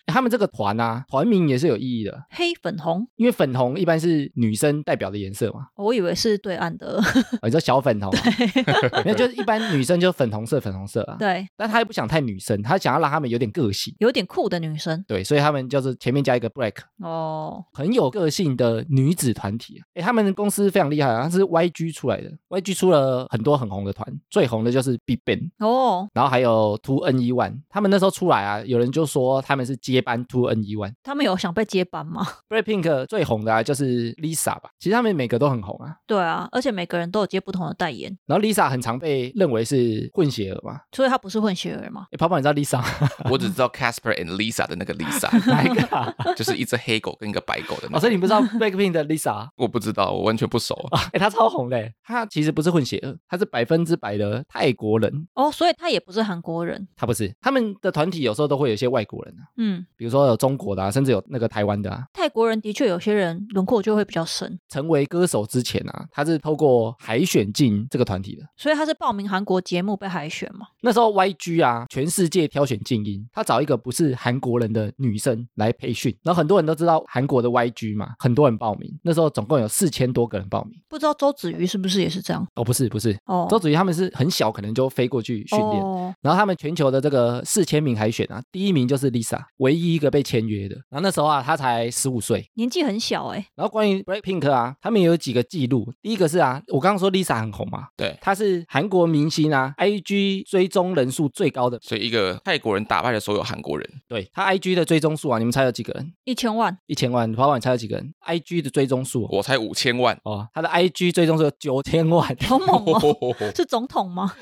[SPEAKER 3] 他们这个团啊，团名也是有意义的，
[SPEAKER 2] 黑粉红？
[SPEAKER 3] 因为粉红一般是女生代表的颜色嘛，
[SPEAKER 2] 我以为是对岸的，
[SPEAKER 3] 哦、你说小粉红、啊，没有，就是一般女生就粉红色、粉红色啊。
[SPEAKER 2] 对，
[SPEAKER 3] 但他又不想太女生，他想要让他们有点个性，
[SPEAKER 2] 有点酷的女生
[SPEAKER 3] 对，所以他们就是前面加一个 black，
[SPEAKER 2] 哦，
[SPEAKER 3] 很有个性的女子团体、啊。诶，他们公司非常厉害啊，它是 YG 出来的，YG 出了很多很红的团，最红的就是 Big Bang。
[SPEAKER 2] 哦，
[SPEAKER 3] 然后还有 Two N E One，他们那时候出来啊，有人就说他们是接班 Two N E One。
[SPEAKER 2] 他们有想被接班吗？
[SPEAKER 3] Blackpink 最红的啊就是 Lisa 吧，其实他们每个都很红啊。
[SPEAKER 2] 对啊，而且每个人都有接不同的代言，
[SPEAKER 3] 然后 Lisa 很常被认为是混血儿嘛。
[SPEAKER 2] 所以他不是混血儿嘛？
[SPEAKER 3] 诶，跑跑，你知道 Lisa 吗
[SPEAKER 1] 我只知道 Casper and Lisa 的那个 Lisa，哎
[SPEAKER 3] 哪一个、啊？
[SPEAKER 1] 就是一只黑狗跟一个白狗的那个。
[SPEAKER 3] 哦，所以你不知道 Blackpink 的 Lisa？
[SPEAKER 1] 我不知道，我完全不熟。
[SPEAKER 3] 哎、诶她超红嘞！她其实不是混血儿，她是百分之百的泰国人。
[SPEAKER 2] 哦，所以他也不是韩国人，
[SPEAKER 3] 她不是，他们的团体有时候都会有一些外国人啊。
[SPEAKER 2] 嗯，
[SPEAKER 3] 比如说有中国的啊，甚至有那个台湾的啊。
[SPEAKER 2] 泰国人的确有些人轮廓就会比较深，
[SPEAKER 3] 成为歌手之前啊，他是透过海选进这个团体的。
[SPEAKER 2] 所以他是报名韩国节目被海选嘛。
[SPEAKER 3] 那时候 YG 啊，全世界挑选静音，他找一个不是韩国人的女生来培训，然后很多人都知道韩国的 YG 嘛，很多人报名，那时候总共有四千多个人报名。
[SPEAKER 2] 不知道周子瑜是不是也是这样？
[SPEAKER 3] 哦，不是不是，
[SPEAKER 2] 哦，
[SPEAKER 3] 周子瑜他们是很小，可能就飞过去训练。
[SPEAKER 2] 哦
[SPEAKER 3] 然后他们全球的这个四千名海选啊，第一名就是 Lisa，唯一一个被签约的。然后那时候啊，她才十五岁。
[SPEAKER 2] 年纪很小哎、
[SPEAKER 3] 然后关于 Blackpink 啊，他们也有几个记录。第一个是啊，我刚刚说 Lisa 很红嘛，
[SPEAKER 1] 对，
[SPEAKER 3] 她是韩国明星啊，IG 追踪人数最高的。
[SPEAKER 1] 所以一个泰国人打败了所有韩国人，
[SPEAKER 3] 对，她 IG 的追踪数啊，你们猜有几个人？
[SPEAKER 2] 一千万，
[SPEAKER 3] 一千万，华宝你猜有几个人？IG 的追踪数哦
[SPEAKER 1] 我才五千万。
[SPEAKER 3] 哦，她的 IG 追踪数有九千万，
[SPEAKER 2] 好猛哦、
[SPEAKER 1] 哦
[SPEAKER 2] 是总统吗？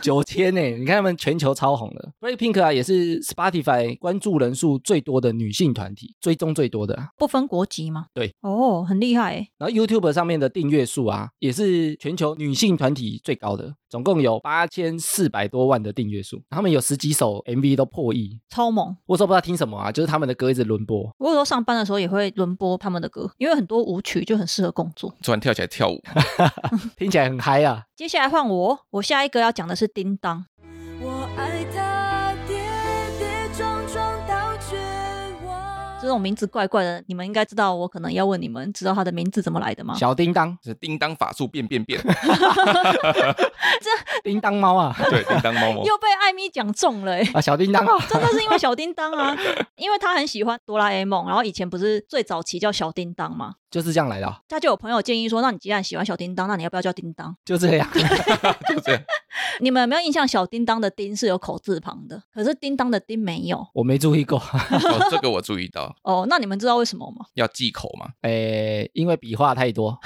[SPEAKER 3] 九千呢！你看他们全球超红的，Blackpink 啊，也是 Spotify 关注人数最多的女性团体，追踪最多的啊。
[SPEAKER 2] 不分国籍吗？
[SPEAKER 3] 对，
[SPEAKER 2] 哦，很厉害哎、
[SPEAKER 3] 然后 YouTube 上面的订阅数啊，也是全球女性团体最高的，总共有八千四百多万的订阅数。他们有十几首 MV 都破亿。
[SPEAKER 2] 超猛！
[SPEAKER 3] 我说不知道听什么啊，就是他们的歌一直轮播。
[SPEAKER 2] 我有时候上班的时候也会轮播他们的歌，因为很多舞曲就很适合工作。
[SPEAKER 1] 突然跳起来跳舞，
[SPEAKER 3] 听起来很嗨啊！
[SPEAKER 2] 接下来换我，我下一个要讲的是叮当。
[SPEAKER 5] 我爱他跌跌撞撞到绝望。
[SPEAKER 2] 这种名字怪怪的，你们应该知道。我可能要问你们，知道他的名字怎么来的吗？
[SPEAKER 3] 小叮当，
[SPEAKER 1] 是叮当法术变变变，
[SPEAKER 3] 叮当猫啊，
[SPEAKER 1] 对，叮当猫猫。
[SPEAKER 2] 又被艾米讲中了、欸，
[SPEAKER 3] 啊小叮 当啊，
[SPEAKER 2] 真的是因为小叮当啊，因为他很喜欢哆啦 A 梦，然后以前不是最早期叫小叮当嘛，
[SPEAKER 3] 就是这样来的啊、
[SPEAKER 2] 他就有朋友建议说，那你既然喜欢小叮当，那你要不要叫叮当？
[SPEAKER 3] 就这样。
[SPEAKER 1] 就这样，
[SPEAKER 2] 你们有没有印象小叮当的叮是有口字旁的，可是叮当的叮没有？
[SPEAKER 3] 我没注意过，
[SPEAKER 1] 哦，这个我注意到，
[SPEAKER 2] 哦，那你们知道为什么吗？
[SPEAKER 1] 要忌口嘛，
[SPEAKER 3] 诶，因为笔画太多，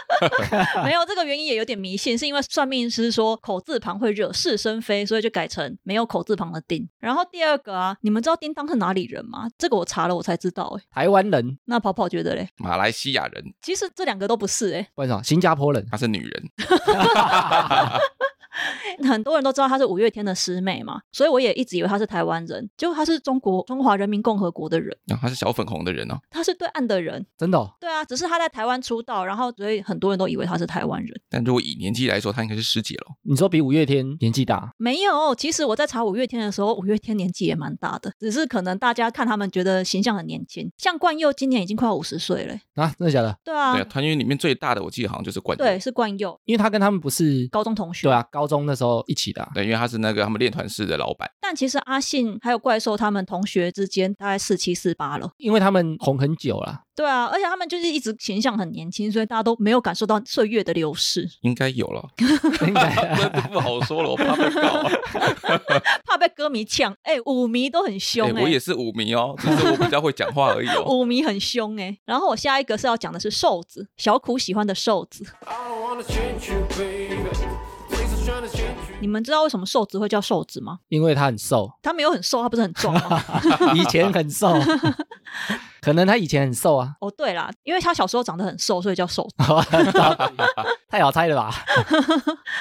[SPEAKER 2] 没有这个原因也有点迷信，是因为算命师说口字旁会惹是生非，所以就改成没有口字旁的叮。然后第二个啊，你们知道叮当是哪里人吗？这个我查了我才知道、欸，
[SPEAKER 3] 台湾人
[SPEAKER 2] 那跑跑觉得嘞，
[SPEAKER 1] 马来西亚人，
[SPEAKER 2] 其实这两个都不是、欸，
[SPEAKER 3] 不然什么啊新加坡人，
[SPEAKER 1] 她是女人，
[SPEAKER 2] 很多人都知道她是五月天的师妹嘛，所以我也一直以为她是台湾人，结果她是中国中华人民共和国的人，
[SPEAKER 1] 然后她是小粉红的人哦，
[SPEAKER 2] 她是对岸的人，
[SPEAKER 3] 真的、哦、
[SPEAKER 2] 对啊，只是她在台湾出道，然后所以很多人都以为她是台湾人。
[SPEAKER 1] 但如果以年纪来说，她应该是师姐咯。
[SPEAKER 3] 你说比五月天年纪大，
[SPEAKER 2] 没有，其实我在查五月天的时候，五月天年纪也蛮大的，只是可能大家看他们觉得形象很年轻，像冠佑今年已经快五十岁了欸，
[SPEAKER 3] 啊？真的假的？
[SPEAKER 2] 对啊，
[SPEAKER 1] 对啊，团员里面最大的我记得好像就是冠军，
[SPEAKER 2] 对，是冠佑
[SPEAKER 3] 因为他跟他们不是
[SPEAKER 2] 高中同学，
[SPEAKER 3] 对啊，高中那时候一起的啊、
[SPEAKER 1] 对，因为他是那个他们练团室的老板，
[SPEAKER 2] 但其实阿信还有怪兽他们同学之间大概四七四八了。
[SPEAKER 3] 因为他们红很久了。
[SPEAKER 2] 对啊，而且他们就是一直形象很年轻，所以大家都没有感受到岁月的流逝，
[SPEAKER 1] 应该有了，
[SPEAKER 3] 应该
[SPEAKER 1] 这这不好说了，我怕被告。哎
[SPEAKER 2] 怕被歌迷呛。哎、舞迷都很凶
[SPEAKER 1] 哎，
[SPEAKER 2] 哎、
[SPEAKER 1] 我也是舞迷哦，只是我比较会讲话而已 哦。
[SPEAKER 2] 舞迷很凶哎、然后我下一个是要讲的是瘦子，小苦喜欢的瘦子。
[SPEAKER 4] I don't wanna change you, baby. Please, I'm trying to change you.
[SPEAKER 2] 你们知道为什么瘦子会叫瘦子吗？，
[SPEAKER 3] 因为他很瘦
[SPEAKER 2] 他没有很瘦，他不是很壮吗？
[SPEAKER 3] 以前 很瘦，可能他以前很瘦啊，
[SPEAKER 2] 哦，对啦，因为他小时候长得很瘦，所以叫瘦子。
[SPEAKER 3] 太好猜了吧？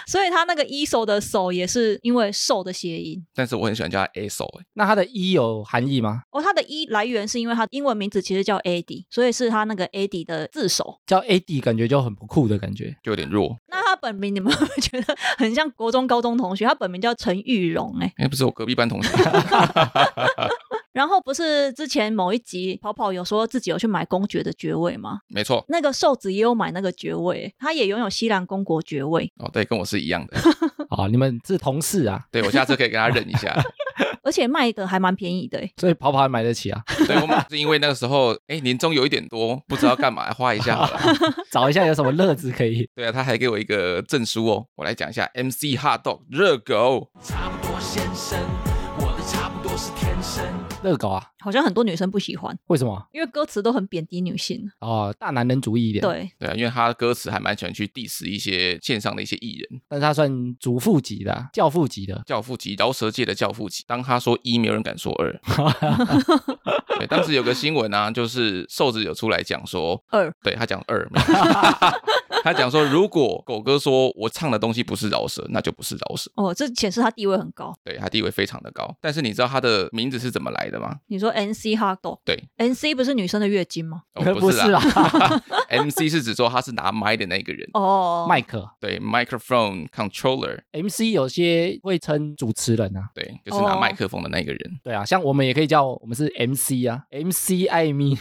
[SPEAKER 2] 所以他那个一手的手也是因为瘦的谐音。
[SPEAKER 1] 但是我很喜欢叫他 A 手，哎，
[SPEAKER 3] 那他的一有含义吗？
[SPEAKER 2] 哦，他的一来源是因为他英文名字其实叫 AD，所以是他那个 AD 的字首。
[SPEAKER 3] 叫 AD 感觉就很不酷的感觉，
[SPEAKER 1] 就有点弱。
[SPEAKER 2] 那他本名你们会不会觉得很像国中、高中同学？他本名叫陈玉荣，哎，
[SPEAKER 1] 哎，不是我隔壁班同 学，
[SPEAKER 2] 然后不是之前某一集跑跑有说自己有去买公爵的爵位吗？
[SPEAKER 1] 没错，
[SPEAKER 2] 那个瘦子也有买那个爵位，他也拥有西兰公国爵位，
[SPEAKER 1] 哦，对，跟我是一样的。
[SPEAKER 3] 啊，你们是同事啊，
[SPEAKER 1] 对我下次可以跟他认一下。
[SPEAKER 2] 而且卖的还蛮便宜的诶。欸
[SPEAKER 3] 所以跑跑还买得起啊，
[SPEAKER 1] 对我买是因为那个时候，哎，年终有一点多，不知道干嘛，花一下好了。
[SPEAKER 3] 找一下有什么乐子可以。
[SPEAKER 1] 对啊，他还给我一个证书哦。我来讲一下，MC Hot Dog 热狗，
[SPEAKER 6] 差不多先生，我的差不多是天生。
[SPEAKER 3] 热狗啊？
[SPEAKER 2] 好像很多女生不喜欢，
[SPEAKER 3] 为什么？
[SPEAKER 2] 因为歌词都很贬低女性。
[SPEAKER 3] 哦，大男人主义一点。，
[SPEAKER 2] 对，
[SPEAKER 1] 对啊，因为他的歌词还蛮喜欢去 diss 一些线上的一些艺人，
[SPEAKER 3] 但是他算主妇级的啊、教父级的，
[SPEAKER 1] 教父级饶舌界的教父级。当他说一，没有人敢说 二。对，当时有个新闻啊，就是瘦子有出来讲说，
[SPEAKER 2] 二
[SPEAKER 1] 对他讲二， 没有他讲说，如果狗哥说我唱的东西不是饶舌，那就不是饶舌。
[SPEAKER 2] 哦，这显示他地位很高。
[SPEAKER 1] 对他地位非常的高，但是你知道他的名字是怎么来的吗？
[SPEAKER 2] 你说 NC hot dog。
[SPEAKER 1] 对
[SPEAKER 2] ，NC 不是女生的月经吗？
[SPEAKER 1] 哦，
[SPEAKER 3] 不是
[SPEAKER 1] 啦
[SPEAKER 3] 啦，
[SPEAKER 1] ，MC 是指说他是拿麦的那个人，
[SPEAKER 2] 哦，
[SPEAKER 3] 麦克
[SPEAKER 1] 对，microphone controller，
[SPEAKER 3] MC 有些会称主持人啊，
[SPEAKER 1] 对，就是拿
[SPEAKER 2] 哦
[SPEAKER 1] 麦克风的那个人。
[SPEAKER 3] 对啊，像我们也可以叫我们是 MC 啊，MC 艾 米，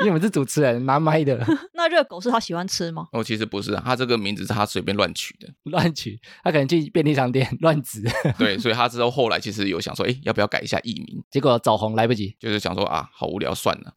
[SPEAKER 3] 因为我们是主持人，拿麦的
[SPEAKER 2] 那热狗是他喜欢吃吗？
[SPEAKER 1] 哦，其实不是啊，他这个名字是他随便乱取 的，
[SPEAKER 3] 乱取，他可能去便利商店乱指，
[SPEAKER 1] 对，所以他之后后来其实有想说，哎，要不要改一下艺名？
[SPEAKER 3] 结果走红来不及。
[SPEAKER 1] 就是想说啊，好无聊，算了。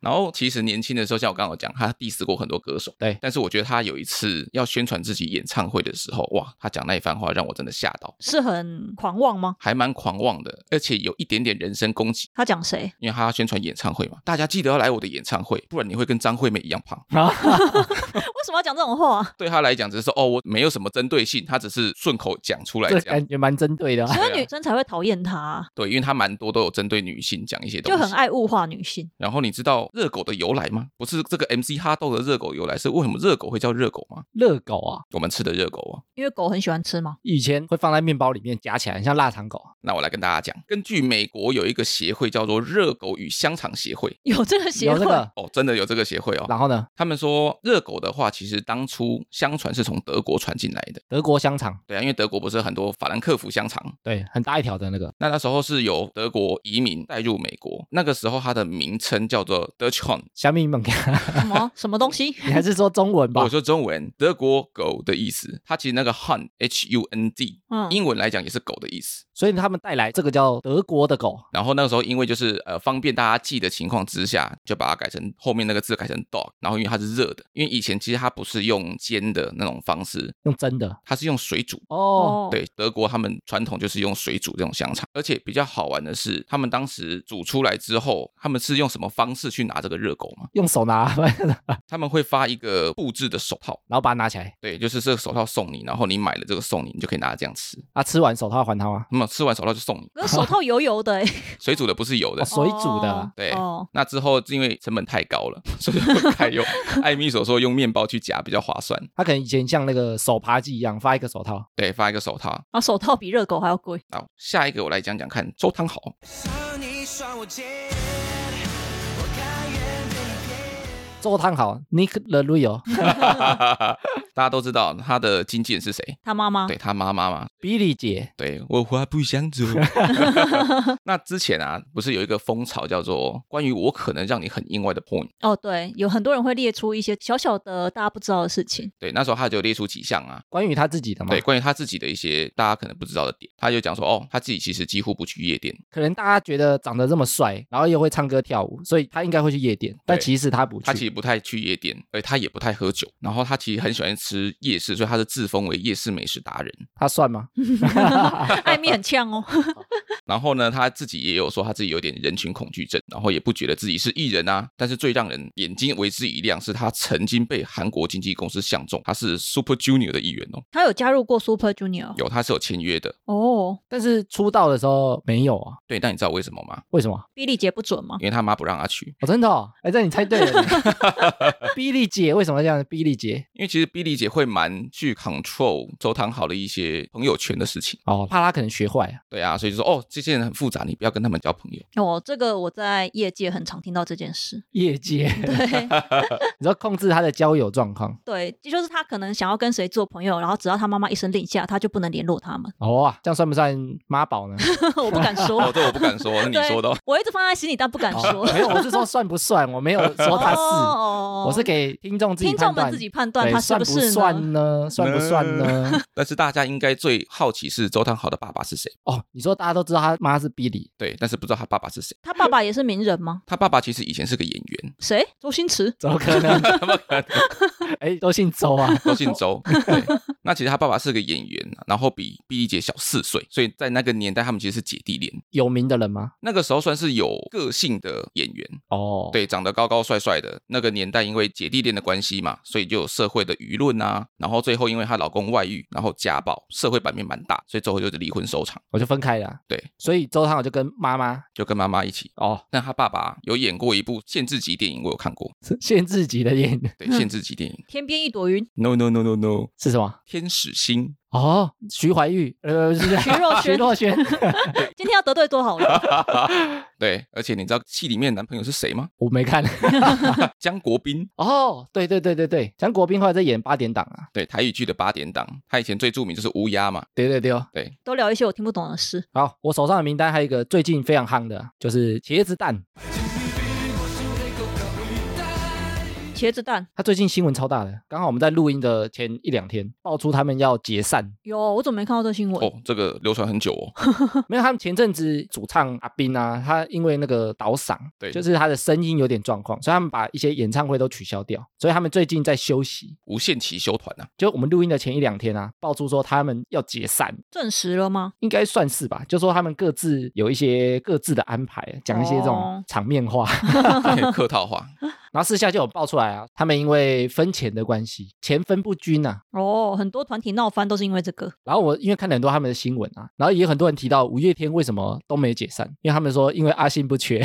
[SPEAKER 1] 然后其实年轻的时候，像我刚刚有讲，他 diss 过很多歌手，
[SPEAKER 3] 对
[SPEAKER 1] 但是我觉得他有一次要宣传自己演唱会的时候，哇，他讲那一番话让我真的吓到，
[SPEAKER 2] 是很狂妄吗？
[SPEAKER 1] 还蛮狂妄的，而且有一点点人身攻击，
[SPEAKER 2] 他讲谁？
[SPEAKER 1] 因为他要宣传演唱会嘛，大家记得要来我的演唱会，不然你会跟张惠妹一样胖。
[SPEAKER 2] 为什么要讲这种话、啊？
[SPEAKER 1] 对他来讲，只是说哦，我没有什么针对性，他只是顺口讲出来
[SPEAKER 3] 这
[SPEAKER 1] 这样。
[SPEAKER 3] 感觉蛮针对的、啊，
[SPEAKER 2] 所以
[SPEAKER 1] 对啊
[SPEAKER 2] 女生才会讨厌他啊、
[SPEAKER 1] 对，因为他蛮多都有针对女性讲一些东
[SPEAKER 2] 就
[SPEAKER 1] 西，
[SPEAKER 2] 很爱物化女性。
[SPEAKER 1] 然后你知道热狗的由来吗？不是这个 MC 哈豆的热狗由来，是为什么热狗会叫热狗吗？
[SPEAKER 3] 热狗啊，
[SPEAKER 1] 我们吃的热狗啊。
[SPEAKER 2] 因为狗很喜欢吃嘛，
[SPEAKER 3] 以前会放在面包里面夹起来，很像腊肠狗啊。
[SPEAKER 1] 那我来跟大家讲，根据美国有一个协会叫做热狗与香肠协会，
[SPEAKER 2] 有这个协
[SPEAKER 3] 有
[SPEAKER 2] 会，
[SPEAKER 3] 这个，
[SPEAKER 1] 哦，真的有这个协会哦。
[SPEAKER 3] 然后呢，
[SPEAKER 1] 他们说热狗的话，其实当初相传是从德国传进来的，
[SPEAKER 3] 德国香肠，
[SPEAKER 1] 对啊，因为德国不是很多法兰克福香肠，
[SPEAKER 3] 对，很大一条的那个，
[SPEAKER 1] 那那时候是由德国移民带入美国，那个时候它的名称叫做 Dutch Hon。
[SPEAKER 3] 虾米猛，
[SPEAKER 2] 什 么什么东西？
[SPEAKER 3] 你还是说中文吧
[SPEAKER 1] 我？说中文，德国狗的意思，它其实那个 Hun H U N D，
[SPEAKER 2] 嗯，
[SPEAKER 1] 英文来讲也是狗的意思。
[SPEAKER 3] 所以他们带来这个叫德国的狗，
[SPEAKER 1] 然后那个时候因为就是呃方便大家记的情况之下，就把它改成后面那个字改成 dog，然后因为它是热的，因为以前其实它不是用煎的那种方式，
[SPEAKER 3] 用真的
[SPEAKER 1] 它是用水煮。
[SPEAKER 3] 哦，
[SPEAKER 1] 对，德国他们传统就是用水煮这种香肠，而且比较好玩的是，他们当时煮出来之后，他们是用什么方式去拿这个热狗吗？
[SPEAKER 3] 用手拿，
[SPEAKER 1] 他们会发一个布制的手套，
[SPEAKER 3] 然后把它拿起来，
[SPEAKER 1] 对，就是这个手套送你，然后你买了这个送你，你就可以拿来这样吃。
[SPEAKER 3] 啊，吃完手套还他吗？
[SPEAKER 1] 那么吃完手套就送你，
[SPEAKER 2] 可是手套油油的、欸，
[SPEAKER 1] 水煮的不是油的
[SPEAKER 3] 哦。水煮的
[SPEAKER 2] 哦
[SPEAKER 1] 对
[SPEAKER 2] 哦，
[SPEAKER 1] 那之后因为成本太高了， 所以就不改用艾米所说用面包去夹比较划算。
[SPEAKER 3] 他可能以前像那个手扒鸡一样发一个手套，
[SPEAKER 1] 对，发一个手套。
[SPEAKER 2] 啊，手套比热狗还要贵。
[SPEAKER 1] 好，下一个我来讲讲看周汤豪。
[SPEAKER 6] 上你双我肩，我甘愿被你骗。
[SPEAKER 3] 周汤豪 Nick l e l u i o
[SPEAKER 1] 大家都知道他的经纪人是谁，
[SPEAKER 2] 他妈妈
[SPEAKER 1] 对他妈妈嘛。
[SPEAKER 3] Billy 姐，
[SPEAKER 1] 对我话不想走。那之前啊，不是有一个风潮叫做关于我可能让你很意外的 point。
[SPEAKER 2] 哦，对，有很多人会列出一些小小的大家不知道的事情。
[SPEAKER 1] 对，那时候他就列出几项啊，
[SPEAKER 3] 关于他自己的嘛，
[SPEAKER 1] 对，，关于他自己的一些大家可能不知道的点，他就讲说，哦，他自己其实几乎不去夜店，
[SPEAKER 3] 可能大家觉得长得这么帅，然后又会唱歌跳舞，所以他应该会去夜店，但
[SPEAKER 1] 对
[SPEAKER 3] 其实他不去，
[SPEAKER 1] 他其实不太去夜店，而且他也不太喝酒，然后他其实很喜欢吃夜市，所以他是自封为夜市美食达人。
[SPEAKER 3] 他算吗？
[SPEAKER 2] 艾米很呛哦，
[SPEAKER 1] 然后呢，他自己也有说他自己有点人群恐惧症，然后也不觉得自己是艺人啊。但是最让人眼睛为之一亮是他曾经被韩国经纪公司相中，他是 Super Junior 的一员哦，
[SPEAKER 2] 他有加入过 Super Junior
[SPEAKER 1] 有他是有签约的。
[SPEAKER 2] 哦。
[SPEAKER 3] 但是出道的时候没有啊，
[SPEAKER 1] 对，但你知道为什么吗？
[SPEAKER 3] 为什么？
[SPEAKER 2] 比利姐不准吗？
[SPEAKER 1] 因为他妈不让他去。
[SPEAKER 3] 哦，真的哦，哎，这你猜对了你。 比利姐为什么这样？比利姐
[SPEAKER 1] 因为其实 Billy 姐会蛮去 control 周汤豪的一些朋友圈的事情，
[SPEAKER 3] 哦，怕她可能学坏啊。
[SPEAKER 1] 对啊，所以就说哦，这些人很复杂，你不要跟他们交朋友。
[SPEAKER 2] 哦，这个我在业界很常听到这件事。
[SPEAKER 3] 业界，
[SPEAKER 2] 对
[SPEAKER 3] 你要控制她的交友状况。
[SPEAKER 2] 对，这就是他可能想要跟谁做朋友，然后只要他妈妈一声令下，他就不能联络他们。
[SPEAKER 3] 哦啊，这样算不算妈宝呢？
[SPEAKER 2] 我不敢说
[SPEAKER 1] 哦，，这我不敢说，是你
[SPEAKER 2] 对
[SPEAKER 1] 说的哦。
[SPEAKER 2] 我一直放在心里，但 不敢说
[SPEAKER 3] 哦。没有，我是说算不算？我没有说她是，
[SPEAKER 2] 哦
[SPEAKER 3] 我是给听众自己
[SPEAKER 2] 听众
[SPEAKER 3] 判
[SPEAKER 2] 们
[SPEAKER 3] 断。
[SPEAKER 2] 自己判断
[SPEAKER 3] 对，
[SPEAKER 2] 他是
[SPEAKER 3] 算不
[SPEAKER 2] 是呢？
[SPEAKER 3] 算呢？算不算呢？
[SPEAKER 1] 但是大家应该最好奇是周汤豪的爸爸是谁，
[SPEAKER 3] 哦，你说大家都知道她妈是比利，
[SPEAKER 1] 对，但是不知道他爸爸是谁。
[SPEAKER 2] 他爸爸也是名人吗？
[SPEAKER 1] 他爸爸其实以前是个演员，
[SPEAKER 2] 谁？周星驰？
[SPEAKER 3] 怎么可能？
[SPEAKER 1] 怎么可能
[SPEAKER 3] 哎，都姓周啊。
[SPEAKER 1] 都姓周？对，那其实他爸爸是个演员，然后比碧丽姐小四岁，所以在那个年代他们其实是姐弟恋。
[SPEAKER 3] 有名的人吗？
[SPEAKER 1] 那个时候算是有个性的演员，
[SPEAKER 3] 哦，，
[SPEAKER 1] 对，长得高高帅帅的。那个年代因为姐弟恋的关系嘛，所以就有社会的舆论啊，然后最后因为她老公外遇，然后家暴，社会版面蛮大，所以最后就是离婚收场，
[SPEAKER 3] 我就分开了啊。
[SPEAKER 1] 对，
[SPEAKER 3] 所以周汤豪就跟妈妈
[SPEAKER 1] 就跟妈妈一起。
[SPEAKER 3] 哦，
[SPEAKER 1] 但他爸爸有演过一部限制级电影，我有看过，
[SPEAKER 3] 限制级的演
[SPEAKER 1] 对，限制级电影
[SPEAKER 2] 天边一朵云？
[SPEAKER 1] 嗯 ，No No No No No，
[SPEAKER 3] 是什么？
[SPEAKER 1] 天使星。
[SPEAKER 3] 哦，徐怀钰，呃，不是
[SPEAKER 2] 徐若
[SPEAKER 3] 徐
[SPEAKER 2] 瑄
[SPEAKER 3] 若瑄，
[SPEAKER 2] 今天要得罪多少人？
[SPEAKER 1] 对，而且你知道戏里面的男朋友是谁吗？
[SPEAKER 3] 我没看。
[SPEAKER 1] 江国斌，
[SPEAKER 3] 哦，对对对对对，蒋国斌后来在演八点档啊，
[SPEAKER 1] 对台语剧的八点档，他以前最著名就是乌鸦嘛。
[SPEAKER 3] 对对对哦。
[SPEAKER 2] 都聊一些我听不懂的事。
[SPEAKER 3] 好，我手上的名单还有一个最近非常夯的，啊就是茄子蛋，
[SPEAKER 2] 茄子蛋
[SPEAKER 3] 他最近新闻超大的，刚好我们在录音的前一两天爆出他们要解散，
[SPEAKER 2] 有，我怎么没看到这新闻？
[SPEAKER 1] 哦，这个流传很久 哦。
[SPEAKER 3] 没有，他们前阵子主唱阿斌啊，他因为那个倒嗓，
[SPEAKER 1] 对
[SPEAKER 3] 就是他的声音有点状况，所以他们把一些演唱会都取消掉，所以他们最近在休息。
[SPEAKER 1] 无限期休团 啊，
[SPEAKER 3] 就我们录音的前一两天啊，爆出说他们要解散，
[SPEAKER 2] 证实了吗？
[SPEAKER 3] 应该算是吧，就说他们各自有一些各自的安排，讲一些这种
[SPEAKER 2] 哦
[SPEAKER 3] 场面话，
[SPEAKER 1] 对客套话。
[SPEAKER 3] 然后私下就有爆出来啊，他们因为分钱的关系，钱分不均啊。
[SPEAKER 2] 哦，很多团体闹翻都是因为这个。
[SPEAKER 3] 然后我因为看了很多他们的新闻啊，然后也有很多人提到五月天为什么都没解散，因为他们说因为阿信不缺。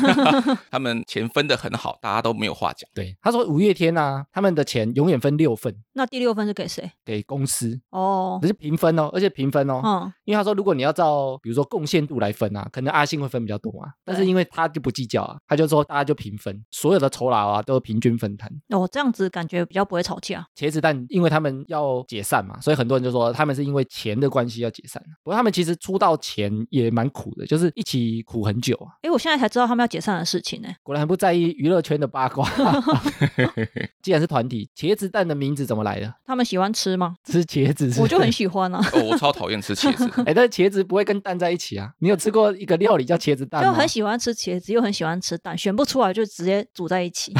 [SPEAKER 1] 他们钱分得很好，大家都没有话讲。
[SPEAKER 3] 对，他说五月天啊，他们的钱永远分六份
[SPEAKER 2] 那第六份是给谁？
[SPEAKER 3] 给公司，
[SPEAKER 2] 哦
[SPEAKER 3] 可，是平分哦，而且平分哦。
[SPEAKER 2] 嗯，
[SPEAKER 3] 因为他说，如果你要照比如说贡献度来分啊，可能阿信会分比较多啊，但是
[SPEAKER 2] 对
[SPEAKER 3] 因为他就不计较啊，他就说大家就平分，所有的酬劳啊都平均分摊。
[SPEAKER 2] 哦，这样子感觉比较不会吵架。
[SPEAKER 3] 茄子蛋，因为他们要解散嘛，所以很多人就说他们是因为钱的关系要解散。不过他们其实出道前也蛮苦的，就是一起苦很久啊。
[SPEAKER 2] 诶，我现在才知道他们要解散的事情呢、
[SPEAKER 3] 果然很不在意娱乐圈的八卦。 既然是团体，茄子蛋的名字怎么来的？
[SPEAKER 2] 他们喜欢吃 吗？
[SPEAKER 3] 吃茄子是不是。
[SPEAKER 2] 我就很喜欢啊，
[SPEAKER 1] 哦，我超讨厌吃茄子
[SPEAKER 3] 哎，但是茄子不会跟蛋在一起啊。你有吃过一个料理叫茄子 蛋
[SPEAKER 2] 就
[SPEAKER 3] 吗？
[SPEAKER 2] 很喜欢吃茄子，又很喜欢吃蛋，选不出来就直接煮在一 起。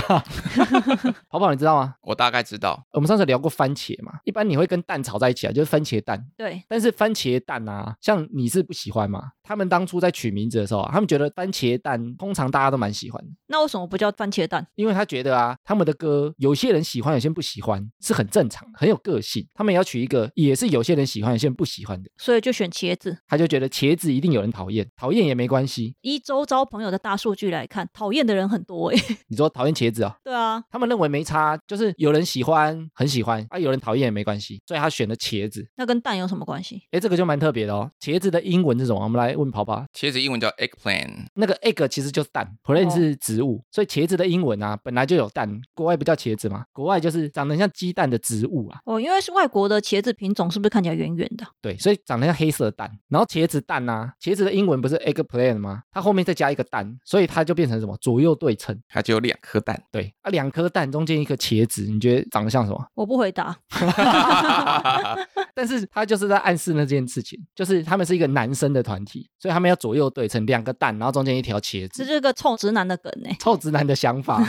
[SPEAKER 3] 好不好？你知道吗？
[SPEAKER 1] 我大概知道，
[SPEAKER 3] 我们上次聊过番茄嘛，一般你会跟蛋炒在一起啊，就是番茄蛋。
[SPEAKER 2] 对，
[SPEAKER 3] 但是番茄蛋啊，像你是不喜欢嘛？他们当初在取名字的时候啊，他们觉得番茄蛋通常大家都蛮喜欢的，
[SPEAKER 2] 那为什么不叫番茄蛋？
[SPEAKER 3] 因为他觉得啊，他们的歌有些人喜欢，有些人不喜欢，是很正常，很有个性。他们也要取一个也是有些人喜欢，有些人不喜欢的。
[SPEAKER 2] 所以就选茄子。
[SPEAKER 3] 他就觉得茄子一定有人讨厌，讨厌也没关系。
[SPEAKER 2] 依周遭朋友的大数据来看，讨厌的人很多诶、欸
[SPEAKER 3] 你说讨厌茄子啊、
[SPEAKER 2] 对啊，
[SPEAKER 3] 他们认为没差，就是有人喜欢很喜欢啊，有人讨厌也没关系，所以他选了茄子。
[SPEAKER 2] 那跟蛋有什么关系？
[SPEAKER 3] 哎，这个就蛮特别的哦。茄子的英文是什么？我们来问跑跑。
[SPEAKER 1] 茄子英文叫 eggplant，
[SPEAKER 3] 那个 egg 其实就是蛋，plain
[SPEAKER 2] 哦
[SPEAKER 3] 是植物，所以茄子的英文啊本来就有蛋，国外不叫茄子嘛，国外就是长得像鸡蛋的植物啊，
[SPEAKER 2] 哦，因为是外国的茄子品种，是不是看起来圆圆的？
[SPEAKER 3] 对，所以长得像黑色的蛋。然后茄子蛋啊，茄子的英文不是 egg plain 吗？它后面再加一个蛋，所以它就变成什么左右对称。
[SPEAKER 1] 它只有两颗 蛋。
[SPEAKER 3] 对啊，两颗蛋中间一颗茄子，你觉得长得像什么？
[SPEAKER 2] 我不回答。
[SPEAKER 3] 但是它就是在暗示那件事情，就是他们是一个男生的团体，所以他们要左右对称，两个蛋，然后中间一条茄子
[SPEAKER 2] 这。就是个臭直男的梗呢、欸
[SPEAKER 3] 臭直男的想法，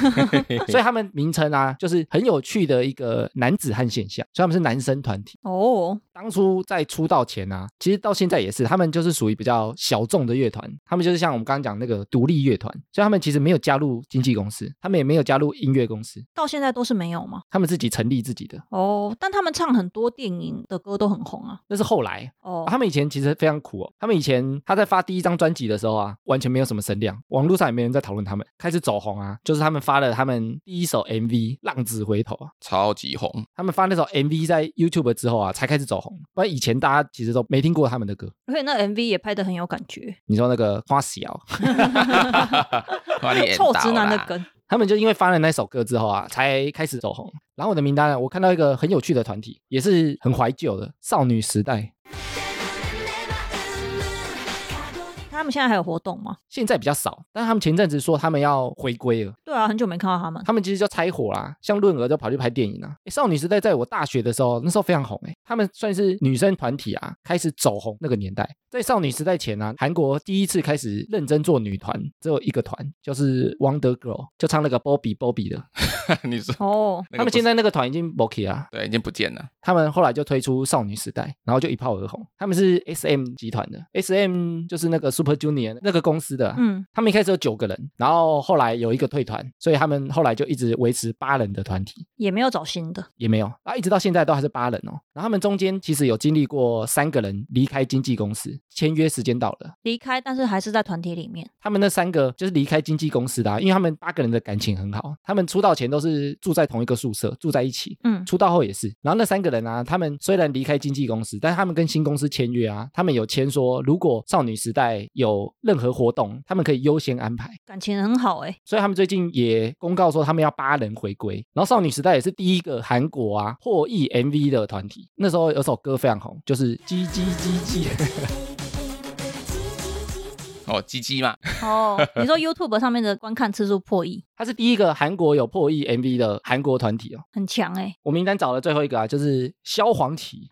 [SPEAKER 3] 所以他们名称啊，就是很有趣的一个男子汉现象，所以他们是男生团体。
[SPEAKER 2] 哦，
[SPEAKER 3] 当初在出道前啊，其实到现在也是，他们就是属于比较小众的乐团，他们就是像我们刚刚讲那个独立乐团，所以他们其实没有加入经纪公司，他们也没有加入音乐公司，
[SPEAKER 2] 到现在都是没有吗？
[SPEAKER 3] 他们自己成立自己的。
[SPEAKER 2] 哦，但他们唱很多电影的歌都很红啊。
[SPEAKER 3] 那是后来，
[SPEAKER 2] 哦，
[SPEAKER 1] 啊
[SPEAKER 3] 他们以前其实非常苦哦。他们以前他在发第一张专辑的时候啊，完全没有什么声量，网络上也没人在讨论他们。开始走红啊，就是他们发了他们第一首 MV《浪子回头》啊，
[SPEAKER 1] 超级红，
[SPEAKER 3] 他们发那首 MV 在 YouTube 之后啊，才开始走红，不然以前大家其实都没听过他们的歌。
[SPEAKER 2] 而且那 MV 也拍的很有感觉，
[SPEAKER 3] 你说那个花小，
[SPEAKER 1] 把 你
[SPEAKER 2] 臭直
[SPEAKER 1] 引导
[SPEAKER 2] 男
[SPEAKER 1] 啦
[SPEAKER 2] 的梗。
[SPEAKER 3] 他们就因为发了那首歌之后啊，才开始走红。然后我的名单啊呢，我看到一个很有趣的团体，也是很怀旧的少女时代，
[SPEAKER 2] 他们现在还有活动吗？
[SPEAKER 3] 现在比较少，但他们前阵子说他们要回归了，
[SPEAKER 2] 对啊，很久没看到他 们。
[SPEAKER 3] 他们其实就拆伙啦，像润儿就跑去拍电影啦。诶少女时代在我大学的时候，那时候非常红诶、他们算是女生团体啊，开始走红那个年代。在少女时代前啊，韩国第一次开始认真做女团，只有一个团，就是 Wonder Girl，就唱那个 Bobby Bobby 的。
[SPEAKER 1] 你说
[SPEAKER 2] 哦，
[SPEAKER 1] 那个
[SPEAKER 3] 他们
[SPEAKER 1] 不是
[SPEAKER 3] 现在那个团已经 b o k y 啊，
[SPEAKER 1] 对已经不见了，
[SPEAKER 3] 他们后来就推出少女时代，然后就一炮而红。他们是 S M 集团的，S M 就是那个 Super Super Junior 那个公司的啊、
[SPEAKER 2] 嗯，
[SPEAKER 3] 他们一开始有九个人，然后后来有一个退团，所以他们后来就一直维持八人的团体，
[SPEAKER 2] 也没有找新的，
[SPEAKER 3] 也没有，啊，一直到现在都还是八人哦。然后他们中间其实有经历过三个人离开经纪公司，签约时间到了。
[SPEAKER 2] 离开，但是还是在团体里面。
[SPEAKER 3] 他们那三个就是离开经纪公司的、啊，因为他们八个人的感情很好，他们出道前都是住在同一个宿舍，住在一起，
[SPEAKER 2] 嗯
[SPEAKER 3] 出道后也是。然后那三个人啊，他们虽然离开经纪公司，但是他们跟新公司签约啊，他们有签说，如果少女时代有任何活动，他们可以优先安排。
[SPEAKER 2] 感情很好哎、
[SPEAKER 3] 所以他们最近也公告说他们要八人回归，然后少女时代也是第一个韩国啊获益 MV 的团体。那时候有首歌非常红，就是《叽叽叽叽》，
[SPEAKER 1] 哦，鸡鸡嘛，
[SPEAKER 2] 哦，你说 YouTube 上面的观看次数破亿，
[SPEAKER 3] 它是第一个韩国有破亿 MV 的韩国团体哦。
[SPEAKER 2] 很强哎、
[SPEAKER 3] 我名单找了最后一个啊，就是萧煌奇。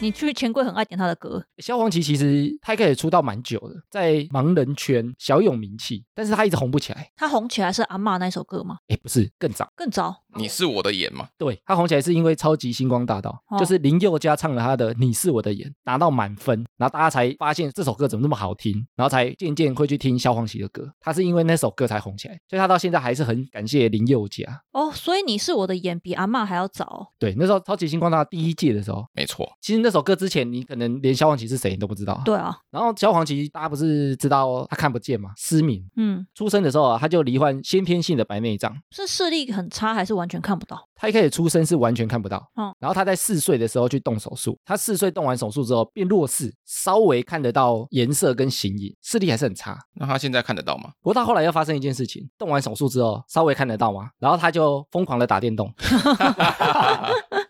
[SPEAKER 2] 你去钱柜很爱点他的歌，
[SPEAKER 3] 萧煌奇其实他一开始出道蛮久的，在盲人圈小有名气，但是他一直红不起来。
[SPEAKER 2] 他红起来是阿嬷那首歌吗？
[SPEAKER 3] 哎，不是，更早，
[SPEAKER 2] 更早
[SPEAKER 1] 你是我的眼嘛，
[SPEAKER 3] 对他红起来是因为《超级星光大道》
[SPEAKER 2] 哦
[SPEAKER 3] 就是林宥嘉唱了他的《你是我的眼》，拿到满分，然后大家才发现这首歌怎么那么好听，然后才渐渐会去听萧煌奇的歌。他是因为那首歌才红起来，所以他到现在还是很感谢林宥嘉。
[SPEAKER 2] 哦，所以你是我的眼比阿嬷还要早哦，
[SPEAKER 3] 对，那时候《超级星光大道》第一届的时候，
[SPEAKER 1] 没错，
[SPEAKER 3] 其实那首歌之前你可能连萧煌奇是谁你都不知道。
[SPEAKER 2] 对啊，
[SPEAKER 3] 然后萧煌奇大家不是知道他看不见吗？失明。
[SPEAKER 2] 嗯，
[SPEAKER 3] 出生的时候啊，他就罹患先天性的白内障。
[SPEAKER 2] 是视力很差还是完全看不到？
[SPEAKER 3] 他一开始出生是完全看不到，
[SPEAKER 2] 嗯
[SPEAKER 3] 然后他在四岁的时候去动手术，他四岁动完手术之后变弱视，稍微看得到颜色跟形影，视力还是很差。
[SPEAKER 1] 那他现在看得到吗？
[SPEAKER 3] 不过他后来又发生一件事情，动完手术之后稍微看得到嘛，然后他就疯狂的打电动，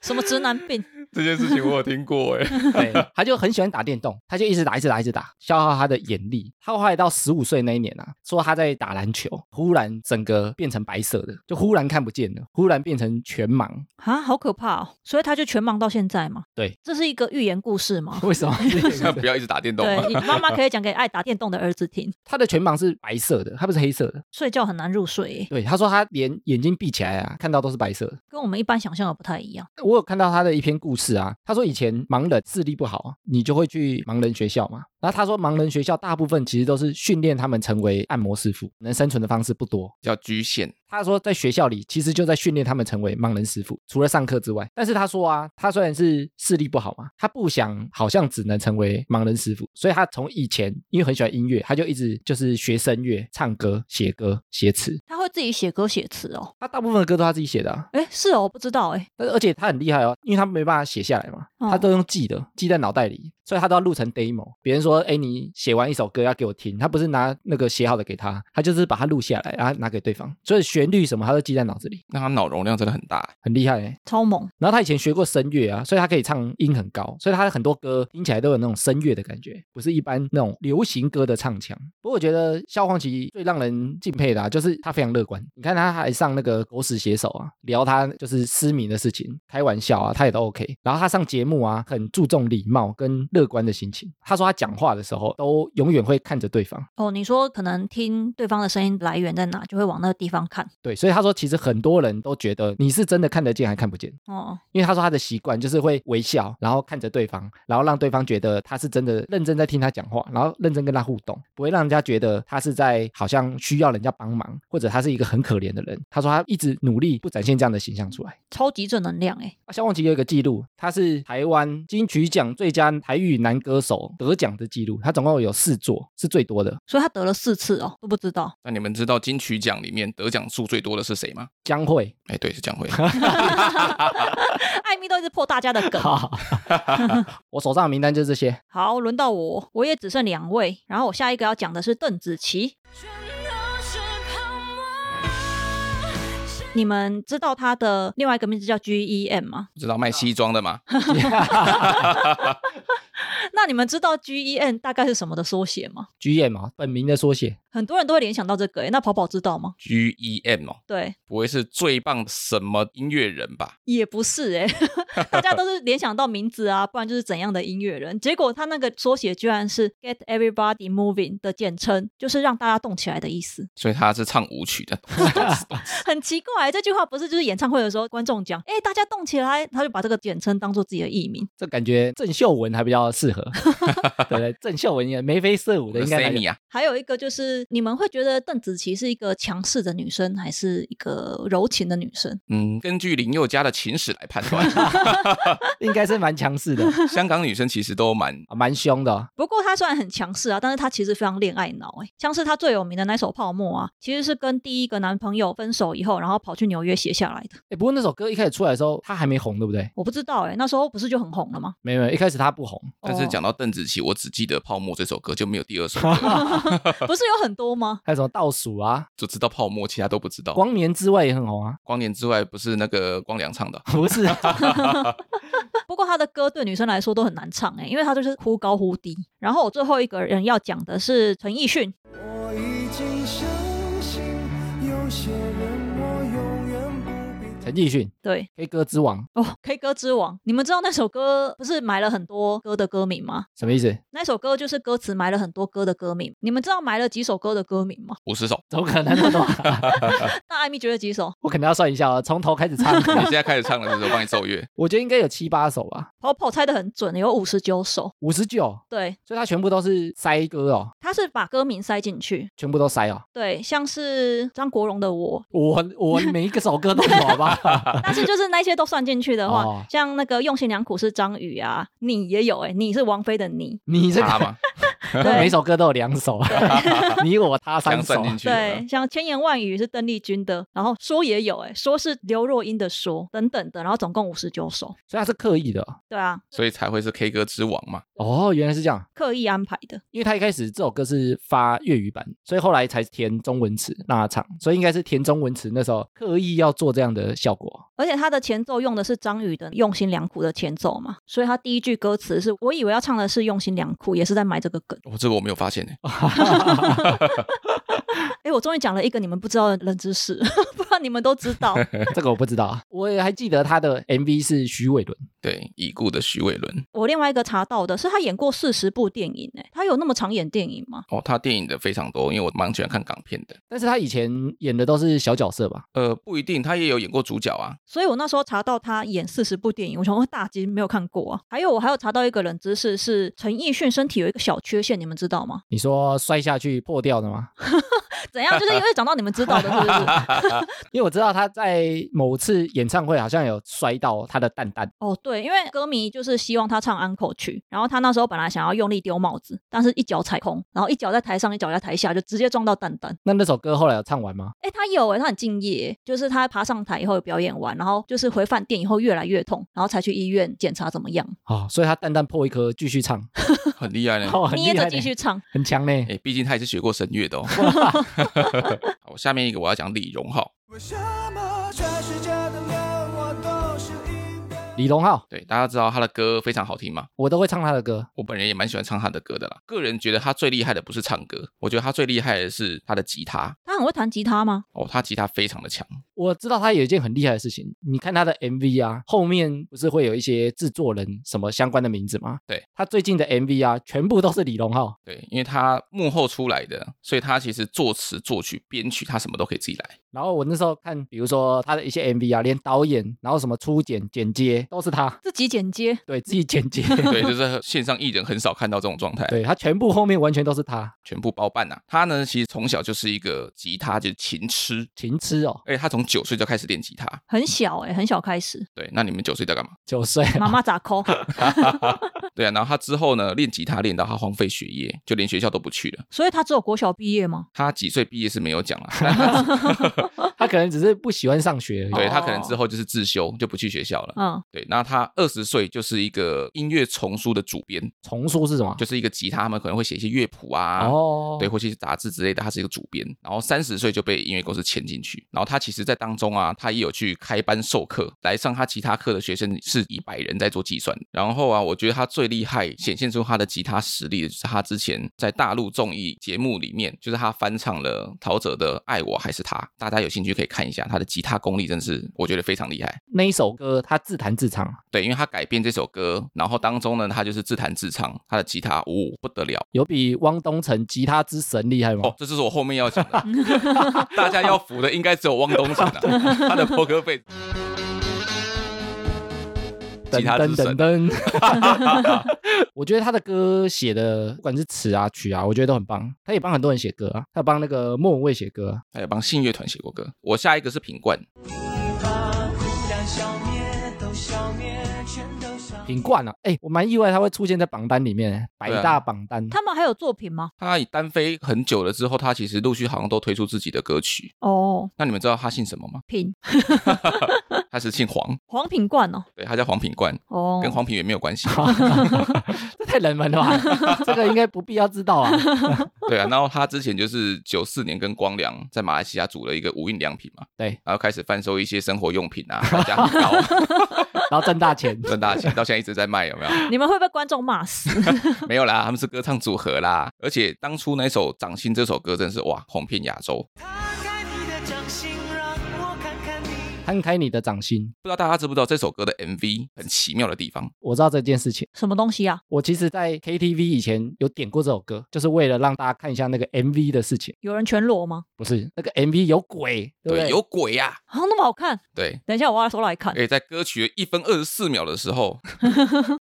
[SPEAKER 2] 什么直男病？
[SPEAKER 1] 这件事情我有听过哎，
[SPEAKER 3] 对，他就很喜欢打电动，他就一直打，一直打，一直打，消耗他的眼力。他后来到十五岁那一年啊，说他在打篮球，忽然整个变成白色的，就忽然看不见了，忽然变成全盲。
[SPEAKER 2] 啊，好可怕哦！所以他就全盲到现在嘛。
[SPEAKER 3] 对，
[SPEAKER 2] 这是一个寓言故事 嘛。
[SPEAKER 3] 为什么？
[SPEAKER 1] 不要一直打电动嘛
[SPEAKER 2] 对，你妈妈可以讲给爱打电动的儿子听，
[SPEAKER 3] 他的全盲是白色的，他不是黑色的。
[SPEAKER 2] 睡觉很难入睡耶，
[SPEAKER 3] 对，他说他连眼睛闭起来啊，看到都是白色的。
[SPEAKER 2] 跟我们一般想象的不太一样。
[SPEAKER 3] 我有看到他的一篇故事啊，他说以前盲人视力不好，你就会去盲人学校嘛。然后他说盲人学校大部分其实都是训练他们成为按摩师傅，能生存的方式不多。
[SPEAKER 1] 叫局限，
[SPEAKER 3] 他说在学校里其实就在训练他们成为盲人师傅，除了上课之外。但是他说啊，他虽然是视力不好嘛，他不想好像只能成为盲人师傅，所以他从以前因为很喜欢音乐，他就一直就是学声乐、唱歌、写歌、写词。
[SPEAKER 2] 他会自己写歌写词哦，
[SPEAKER 3] 他大部分的歌都他自己写的、啊，
[SPEAKER 2] 哎，是哦，我不知道哎，
[SPEAKER 3] 但是而且他很厉害哦，因为他没办法写下来嘛，
[SPEAKER 2] 哦
[SPEAKER 3] 他都用记的，记在脑袋里，所以他都要录成 demo。别人说，哎，你写完一首歌要给我听，他不是拿那个写好的给他，他就是把它录下来，然后拿给对方，所以旋律什么他都记在脑子里，
[SPEAKER 1] 那他脑容量真的很大欸，
[SPEAKER 3] 很厉害欸。
[SPEAKER 2] 超猛，
[SPEAKER 3] 然后他以前学过声乐啊，所以他可以唱音很高，所以他很多歌听起来都有那种声乐的感觉，不是一般那种流行歌的唱腔。不过我觉得萧煌奇最让人敬佩的、啊，就是他非常乐观。你看他还上那个狗屎写手啊，聊他就是失明的事情，开玩笑啊，他也都 OK。然后他上节目啊，很注重礼貌跟乐观的心情。他说他讲话的时候都永远会看着对方，
[SPEAKER 2] 哦，你说可能听对方的声音来源在哪，就会往那个地方看。
[SPEAKER 3] 对，所以他说其实很多人都觉得你是真的看得见还看不见。
[SPEAKER 2] 哦，
[SPEAKER 3] 因为他说他的习惯就是会微笑，然后看着对方，然后让对方觉得他是真的认真在听他讲话，然后认真跟他互动，不会让人家觉得他是在好像需要人家帮忙，或者他是一个很可怜的人。他说他一直努力不展现这样的形象出来。
[SPEAKER 2] 超级正能量哎，
[SPEAKER 3] 啊萧煌奇有一个记录，他是台湾金曲奖最佳台语男歌手得奖的记录，他总共有四座，是最多的。
[SPEAKER 2] 所以他得了四次哦，都不知道。
[SPEAKER 1] 那你们知道金曲奖里面得奖数最多的是谁吗？
[SPEAKER 3] 江蕙，
[SPEAKER 1] 哎，对，是江 蕙。
[SPEAKER 2] 艾米都一直破大家的梗。
[SPEAKER 3] 我手上的名单就这些。
[SPEAKER 2] 好，轮到我，我也只剩两位。然后我下一个要讲的是邓紫棋。
[SPEAKER 5] 全都是泡沫。
[SPEAKER 2] 你们知道她的另外一个名字叫 G E M 吗？
[SPEAKER 1] 知道卖西装的吗？
[SPEAKER 2] 那你们知道 G E M 大概是什么的缩写吗？
[SPEAKER 3] G M 啊，本名的缩写，
[SPEAKER 2] 很多人都会联想到这个、欸。那跑跑知道吗？
[SPEAKER 1] G E M 哦，
[SPEAKER 2] 对，
[SPEAKER 1] 不会是最棒什么音乐人吧？
[SPEAKER 2] 也不是哎、欸， 大家都是联想到名字啊，不然就是怎样的音乐人。结果他那个缩写居然是 Get Everybody Moving 的简称，就是让大家动起来的意思，
[SPEAKER 1] 所以他是唱舞曲的，
[SPEAKER 2] 很奇怪、这句话不是就是演唱会的时候观众讲，哎、大家动起来，他就把这个简称当做自己的艺名。
[SPEAKER 3] 这感觉郑秀文还比较适合， 对不对？郑秀文也眉飞色舞的，应该还
[SPEAKER 1] Sammy 啊，
[SPEAKER 2] 还有一个就是，你们会觉得邓紫棋是一个强势的女生，还是一个柔情的女生？
[SPEAKER 1] 嗯，根据林宥嘉的情史来判断，
[SPEAKER 3] 应该是蛮强势的，
[SPEAKER 1] 香港女生其实都蛮
[SPEAKER 3] 啊蛮凶的哦。
[SPEAKER 2] 不过她虽然很强势啊，但是她其实非常恋爱脑哎、像是她最有名的那首《泡沫》啊，其实是跟第一个男朋友分手以后，然后跑去纽约写下来的。
[SPEAKER 3] 哎，不过那首歌一开始出来的时候，她还没红，对不对？
[SPEAKER 2] 我不知道哎、那时候不是就很红了吗？
[SPEAKER 3] 没有，没有，一开始她不红，
[SPEAKER 1] 但是讲到邓紫棋，我只记得《泡沫》这首歌，就没有第二首 歌，
[SPEAKER 2] 不是有很多吗？
[SPEAKER 3] 还有什么倒数啊，
[SPEAKER 1] 只知道《泡沫》，其他都不知道。光
[SPEAKER 3] 光年之外也很红啊，
[SPEAKER 1] 光年之外不是那个光良唱的，
[SPEAKER 3] 不是？啊
[SPEAKER 2] 不过她的歌对女生来说都很难唱哎、因为她就是忽高忽低。然后我最后一个人要讲的是陈奕迅，
[SPEAKER 6] 我已经相信，有些人我永远不必
[SPEAKER 3] 陈奕迅
[SPEAKER 2] 对
[SPEAKER 3] ，K 歌之王，
[SPEAKER 2] 哦，K 歌之王，你们知道那首歌不是埋了很多歌的歌名吗？
[SPEAKER 3] 什么意思？
[SPEAKER 2] 那首歌就是歌词埋了很多歌的歌名，你们知道埋了几首歌的歌名吗？
[SPEAKER 1] 五十首。
[SPEAKER 3] 怎么可能那么多？
[SPEAKER 2] 那艾米觉得几首？
[SPEAKER 3] 我可能要算一下哦，从头开始唱。
[SPEAKER 1] 你现在开始唱了，是不是？我帮你奏乐。
[SPEAKER 3] 我觉得应该有七八首吧，
[SPEAKER 2] 跑跑猜的很准，有五十九首。
[SPEAKER 3] 五十九，
[SPEAKER 2] 对，
[SPEAKER 3] 所以他全部都是塞歌哦，
[SPEAKER 2] 他是把歌名塞进去。
[SPEAKER 3] 全部都塞哦。》，
[SPEAKER 2] 对，像是张国荣的《我
[SPEAKER 3] 我我每一个首歌都有好 吧？
[SPEAKER 2] 但是就是那些都算进去的话，
[SPEAKER 3] 哦
[SPEAKER 2] 像那个《用心良苦》是张宇啊，你也有哎、你是王菲的你，
[SPEAKER 3] 你这
[SPEAKER 1] 他
[SPEAKER 3] 个
[SPEAKER 1] 嘛，
[SPEAKER 3] 每首歌都有两首，你我他
[SPEAKER 1] 这
[SPEAKER 3] 三
[SPEAKER 1] 样
[SPEAKER 3] 首
[SPEAKER 1] 算。进去啊了
[SPEAKER 2] 对，。像千言万语是邓丽君的，然后说也有哎、说是刘若英的说等等的，然后总共五十九首。
[SPEAKER 3] 所以他是刻意的
[SPEAKER 2] 对啊，
[SPEAKER 1] 所以才会是 K 歌之王嘛。
[SPEAKER 3] 哦，原来是这样。
[SPEAKER 2] 刻意安排的。
[SPEAKER 3] 因为他一开始这首歌是发粤语版，所以后来才填中文词让他唱，所以应该是填中文词那时候刻意要做这样的效 果。
[SPEAKER 2] 而且他的前奏用的是张宇的《用心良苦》的前奏嘛，所以他第一句歌词是我以为要唱的是《用心良苦》，也是在埋这个梗。
[SPEAKER 1] 哦我、这个我没有发现
[SPEAKER 3] 哦
[SPEAKER 1] 呢、
[SPEAKER 2] 哎，我终于讲了一个你们不知道的冷知识， 不然你们都知道。
[SPEAKER 3] 这个我不知道啊，我也还记得他的 MV 是徐伟伦，
[SPEAKER 1] 对，已故的徐伟伦
[SPEAKER 2] 我另外一个查到的是他演过四十部电影，哎，他有那么常演电影吗？
[SPEAKER 1] 哦，他电影的非常多，因为我蛮喜欢看港片的。
[SPEAKER 3] 但是他以前演的都是小角色吧？
[SPEAKER 1] 呃，不一定，他也有演过主角啊。
[SPEAKER 2] 所以我那时候查到他演四十部电影，我想说哦大惊没有看过啊。还有我还有查到一个冷知识是陈奕迅身体有一个小缺陷，你们知道 吗？
[SPEAKER 3] 你说摔下去破掉的吗？
[SPEAKER 2] 怎样？就是因为讲到你们知道的，是不是？
[SPEAKER 3] 因为我知道他在某次演唱会好像有摔到他的蛋蛋，
[SPEAKER 2] 哦，对，因为歌迷就是希望他唱安口曲，然后他那时候本来想要用力丢帽子，但是一脚踩空，然后一脚在台上，一脚在台下，就直接撞到蛋蛋。
[SPEAKER 3] 那那首歌后来有唱完吗？
[SPEAKER 2] 哎，他有哎，他很敬业欸，就是他爬上台以后有表演完，然后就是回饭店以后越来越痛，然后才去医院检查怎么样，
[SPEAKER 3] 哦，所以他蛋蛋破一颗继续唱，
[SPEAKER 1] 很厉害呢。
[SPEAKER 3] 哦，很厉
[SPEAKER 2] 捏着
[SPEAKER 3] 害
[SPEAKER 2] 继
[SPEAKER 3] 呢
[SPEAKER 2] 续唱。
[SPEAKER 3] 很强呢。
[SPEAKER 1] 哎，毕竟他也是学过声乐的哦。 好，下面一个我要讲李荣浩。
[SPEAKER 6] 为什么全世界的人我都是一个？
[SPEAKER 3] 李荣浩，
[SPEAKER 1] 对，大家知道他的歌非常好听嘛，
[SPEAKER 3] 我都会唱他的歌，
[SPEAKER 1] 我本人也蛮喜欢唱他的歌的啦。个人觉得他最厉害的不是唱歌，我觉得他最厉害的是他的吉他。
[SPEAKER 2] 他很会弹吉他吗？
[SPEAKER 1] 哦，他吉他非常的强，
[SPEAKER 3] 我知道他有一件很厉害的事情，你看他的 MV 啊，后面不是会有一些制作人什么相关的名字吗？
[SPEAKER 1] 对，
[SPEAKER 3] 他最近的 MV 啊，全部都是李荣浩，
[SPEAKER 1] 对，因为他幕后出来的，所以他其实作词、作曲、编曲，他什么都可以自己来。
[SPEAKER 3] 然后我那时候看，比如说他的一些 MV 啊，连导演，然后什么初剪、剪接都是他，
[SPEAKER 2] 自己剪接，
[SPEAKER 3] 对自己剪接，
[SPEAKER 1] 对，就是线上艺人很少看到这种状态，
[SPEAKER 3] 对他全部后面完全都是他，
[SPEAKER 1] 全部包办呐、啊他呢，其实从小就是一个吉他就是琴痴，
[SPEAKER 3] 情痴哦，
[SPEAKER 1] 而且他从九岁就开始练吉他。
[SPEAKER 2] 很小哎、很小开 始，
[SPEAKER 1] 对，那你们九岁在干嘛？
[SPEAKER 3] 九岁
[SPEAKER 2] 妈妈咋抠？
[SPEAKER 1] 对啊，然后他之后呢，练吉他练到他荒废学业，就连学校都不去了。
[SPEAKER 2] 所以他只有国小毕业吗？嗯
[SPEAKER 1] 他几岁毕业是没有讲啊，但他
[SPEAKER 3] 他可能只是不喜欢上学而已。
[SPEAKER 1] 对他可能之后就是自修，就不去学校了。
[SPEAKER 2] 嗯，
[SPEAKER 1] 对，那他二十岁就是一个音乐丛书的主编，
[SPEAKER 3] 重说是什么？
[SPEAKER 1] 就是一个吉他，他们可能会写一些乐谱啊，
[SPEAKER 3] 哦，
[SPEAKER 1] 对，，或是杂志之类的，他是一个主编。然后三十岁就被音乐公司签进去，然后他其实，在当中啊，他也有去开班授课，来上他吉他课的学生是以百人在做计算。然后啊，我觉得他最最厉害显现出他的吉他实力的，就是他之前在大陆综艺节目里面，就是他翻唱了陶喆的《爱我还是他》，大家有兴趣可以看一下，他的吉他功力真是我觉得非常厉害。
[SPEAKER 3] 那一首歌他自弹自唱啊，
[SPEAKER 1] 对，因为他改编这首歌，然后当中呢，他就是自弹自唱，他的吉他呜、不得了
[SPEAKER 3] 有比汪东城吉他之神厉害吗？
[SPEAKER 1] 哦，这就是我后面要讲的，大家要服的应该只有汪东城了、啊，他的 poker face。吉他之神啊
[SPEAKER 3] 噔， 我觉得他的歌写的，不管是词啊、曲啊，我觉得都很棒。他也帮很多人写歌啊，他有帮那个莫文蔚写歌、啊。
[SPEAKER 1] 还哎有帮信乐团写过歌。我下一个是品冠，
[SPEAKER 3] 品冠啊，哎、我蛮意外他会出现在榜单里面，百
[SPEAKER 1] 对啊
[SPEAKER 3] 大榜单。
[SPEAKER 2] 他们还有作品吗？
[SPEAKER 1] 他单飞很久了之后，他其实陆续好像都推出自己的歌曲。
[SPEAKER 2] 哦，
[SPEAKER 1] 那你们知道他姓什么吗？
[SPEAKER 2] 品
[SPEAKER 1] 他是姓黄，
[SPEAKER 2] 黄品冠哦，
[SPEAKER 1] 对他叫黄品冠，
[SPEAKER 2] 哦，
[SPEAKER 1] 跟黄品源没有关系。
[SPEAKER 3] 这太冷门了吧？ 这个应该不必要知道 啊。
[SPEAKER 1] 对啊，然后他之前就是九四年跟光良在马来西亚组了一个无印良品嘛，
[SPEAKER 3] 对，
[SPEAKER 1] 然后开始贩售一些生活用品啊，单价很高，
[SPEAKER 3] 然后赚大钱。
[SPEAKER 1] 赚大钱，到现在一直在卖，有没有？
[SPEAKER 2] 你们会被观众骂 死。
[SPEAKER 1] 没有啦，他们是歌唱组合啦。而且当初那首《掌心》这首歌真是哇，红遍亚洲。
[SPEAKER 3] 摊开你的掌心，
[SPEAKER 1] 不知道大家知不知道这首歌的 MV 很奇妙的地方？
[SPEAKER 3] 我知道这件事情。
[SPEAKER 2] 什么东西啊？
[SPEAKER 3] 我其实，在 KTV 以前有点过这首歌，就是为了让大家看一下那个 MV 的事情。
[SPEAKER 2] 有人全裸吗？
[SPEAKER 3] 不是那个 MV 有鬼，对不啊对？
[SPEAKER 1] 有鬼呀、
[SPEAKER 2] 啊，那么好看？
[SPEAKER 1] 对。
[SPEAKER 2] 等一下我挖出来看
[SPEAKER 1] 而。且在歌曲的一分二十四秒的时候，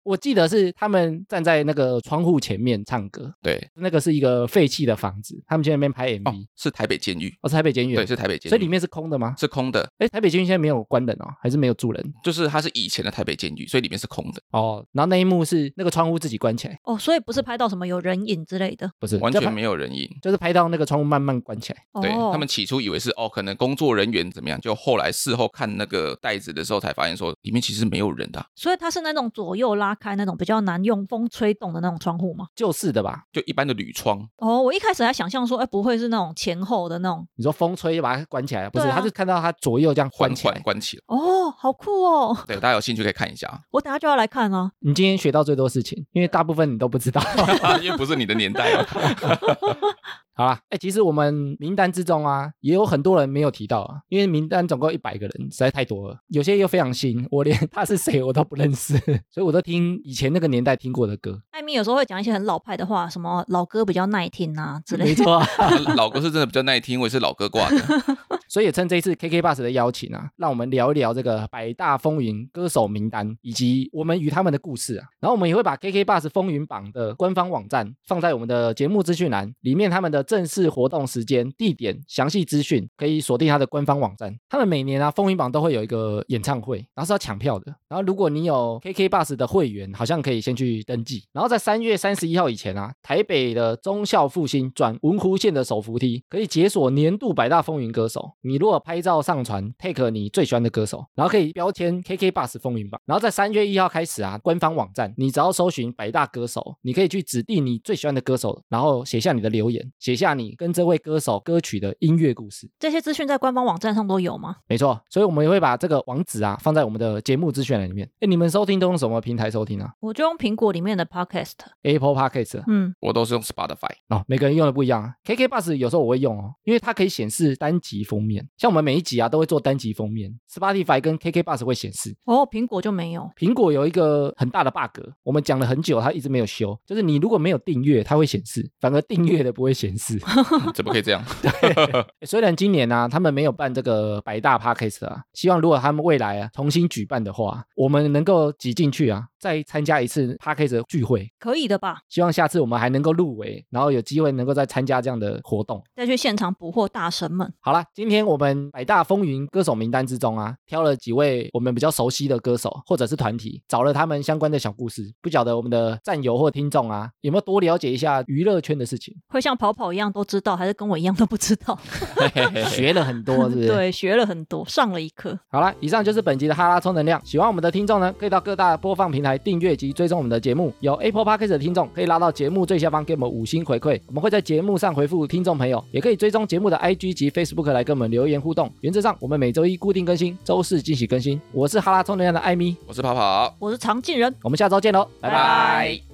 [SPEAKER 3] 我记得是他们站在那个窗户前面唱歌，
[SPEAKER 1] 对，
[SPEAKER 3] 那个是一个废弃的房子，他们去那边拍
[SPEAKER 1] 哦
[SPEAKER 3] MV。，
[SPEAKER 1] 是台北监狱，
[SPEAKER 3] 哦，是台嗯北监狱啊，
[SPEAKER 1] 对，是台北监狱，
[SPEAKER 3] 所以里面是空的吗？
[SPEAKER 1] 是空的，
[SPEAKER 3] 哎，台北监狱现在没有关人哦，还是没有住人
[SPEAKER 1] 就是它是以前的台北监狱，所以里面是空的，
[SPEAKER 3] 哦。然后那一幕是那个窗户自己关起来，
[SPEAKER 2] 哦，所以不是拍到什么有人影之类的。
[SPEAKER 3] 不是
[SPEAKER 1] 完
[SPEAKER 3] 就
[SPEAKER 1] 全
[SPEAKER 3] 拍
[SPEAKER 1] 没有人影。
[SPEAKER 3] 就是拍到那个窗户慢慢关起来。
[SPEAKER 2] 哦，
[SPEAKER 1] 对他们起初以为是哦，可能工作人员怎么样，就后来事后看那个袋子的时候才发现说里面其实没有人的啊、
[SPEAKER 2] 所以它是那种左右拉开那种比较难用风吹动的那种窗户吗？
[SPEAKER 3] 就是的吧？
[SPEAKER 1] 就一般的铝窗，
[SPEAKER 2] 哦，我一开始还想象说，哎，不会是那种前后的那种。
[SPEAKER 3] 你说风吹就把它关起来，不是？
[SPEAKER 2] 对啊
[SPEAKER 3] 他就看到它左右这样关
[SPEAKER 1] 缓
[SPEAKER 3] 起
[SPEAKER 1] 缓
[SPEAKER 3] 来。
[SPEAKER 1] 关起来。
[SPEAKER 2] 哦，好酷哦！
[SPEAKER 1] 对，大家有兴趣可以看一下啊。
[SPEAKER 2] 我等下就要来看啊。
[SPEAKER 3] 你今天学到最多事情，因为大部分你都 不知道。
[SPEAKER 1] 因为不是你的年 代哦。
[SPEAKER 3] 好啦，哎、其实我们名单之中啊，也有很多人没有提到啊，因为名单总共一百个人，实在太多了，有些又非常新，我连 他是谁我都不认识，所以我都听以前那个年代听过的歌。
[SPEAKER 2] 艾米有时候会讲一些很老派的话，什么老歌比较耐听啊之类
[SPEAKER 3] 没
[SPEAKER 2] 的。
[SPEAKER 3] 错啊，
[SPEAKER 1] 老歌是真的比较耐听，我也是老歌挂的。
[SPEAKER 3] 所以也趁这一次 KK Bus 的邀请啊，让我们聊一聊这个百大风云歌手名单，以及我们与他们的故事啊。然后我们也会把 KK Bus 风云榜的官方网站放在我们的节目资讯栏里面，他们的正式活动时间、地点、详细资讯可以锁定他的官方网站。他们每年啊风云榜都会有一个演唱会，然后是要抢票的。然后如果你有 KK Bus 的会员，好像可以先去登记。然后在三月三十一号以前啊，台北的忠孝复兴转文湖线的手扶梯可以解锁年度百大风云歌手。你如果拍照上传 take 你最喜欢的歌手，然后可以标签 KK Bus 风云榜。然后在三月一号开始啊，官方网站你只要搜寻百大歌手，你可以去指定你最喜欢的歌手，然后写下你的留言，写下你跟这位歌手歌曲的音乐故事。
[SPEAKER 2] 这些资讯在官方网站上都有吗？
[SPEAKER 3] 没错，所以我们也会把这个网址啊放在我们的节目资讯栏里面。哎，你们收听都用什么平台收听啊
[SPEAKER 2] 我就用苹果里面的 Podcast。
[SPEAKER 3] ？Apple Podcast 啊。
[SPEAKER 2] 嗯，
[SPEAKER 1] 我都是用 Spotify，
[SPEAKER 3] 哦，每个人用的不一样啊。KK Bus 有时候我会用哦，因为它可以显示单集封面，像我们每一集啊都会做单集封面，Spotify 跟 KK Bus 会显示。
[SPEAKER 2] 哦，苹果就没有。
[SPEAKER 3] 苹果有一个很大的 bug，我们讲了很久，它一直没有修，就是你如果没有订阅，它会显示，反而订阅的不会显示。
[SPEAKER 1] 嗯怎么可以这样？
[SPEAKER 3] 欸虽然今年呢、他们没有办这个百大 podcast 啊，希望如果他们未来啊重新举办的话，我们能够挤进去啊，再参加一次 podcast 聚会。
[SPEAKER 2] 可以的吧？
[SPEAKER 3] 希望下次我们还能够入围，然后有机会能够再参加这样的活动。
[SPEAKER 2] 再去现场捕获大神们。
[SPEAKER 3] 好啦，今天我们百大风云歌手名单之中啊，挑了几位我们比较熟悉的歌手或者是团体，找了他们相关的小故事。不晓得我们的战友或听众啊，有没有多了解一下娱乐圈的事情？
[SPEAKER 2] 会像跑跑我一样都知道，还是跟我一样都不知道？
[SPEAKER 3] 学了很多，是不是？。
[SPEAKER 2] 对，学了很多，上了一课。
[SPEAKER 3] 好啦，以上就是本集的哈拉充能量。喜欢我们的听众呢，可以到各大播放平台订阅及追踪我们的节目。有 Apple Podcast 的听众可以拉到节目最下方给我们五星回馈，我们会在节目上回复听众朋友。也可以追踪节目的 IG 及 Facebook 来跟我们留言互动。原则上，我们每周一固定更新，周四惊喜更新。我是哈拉充能量的艾米，
[SPEAKER 1] 我是跑跑，
[SPEAKER 2] 我是常进人，
[SPEAKER 3] 我们下周见喽，拜拜
[SPEAKER 2] 拜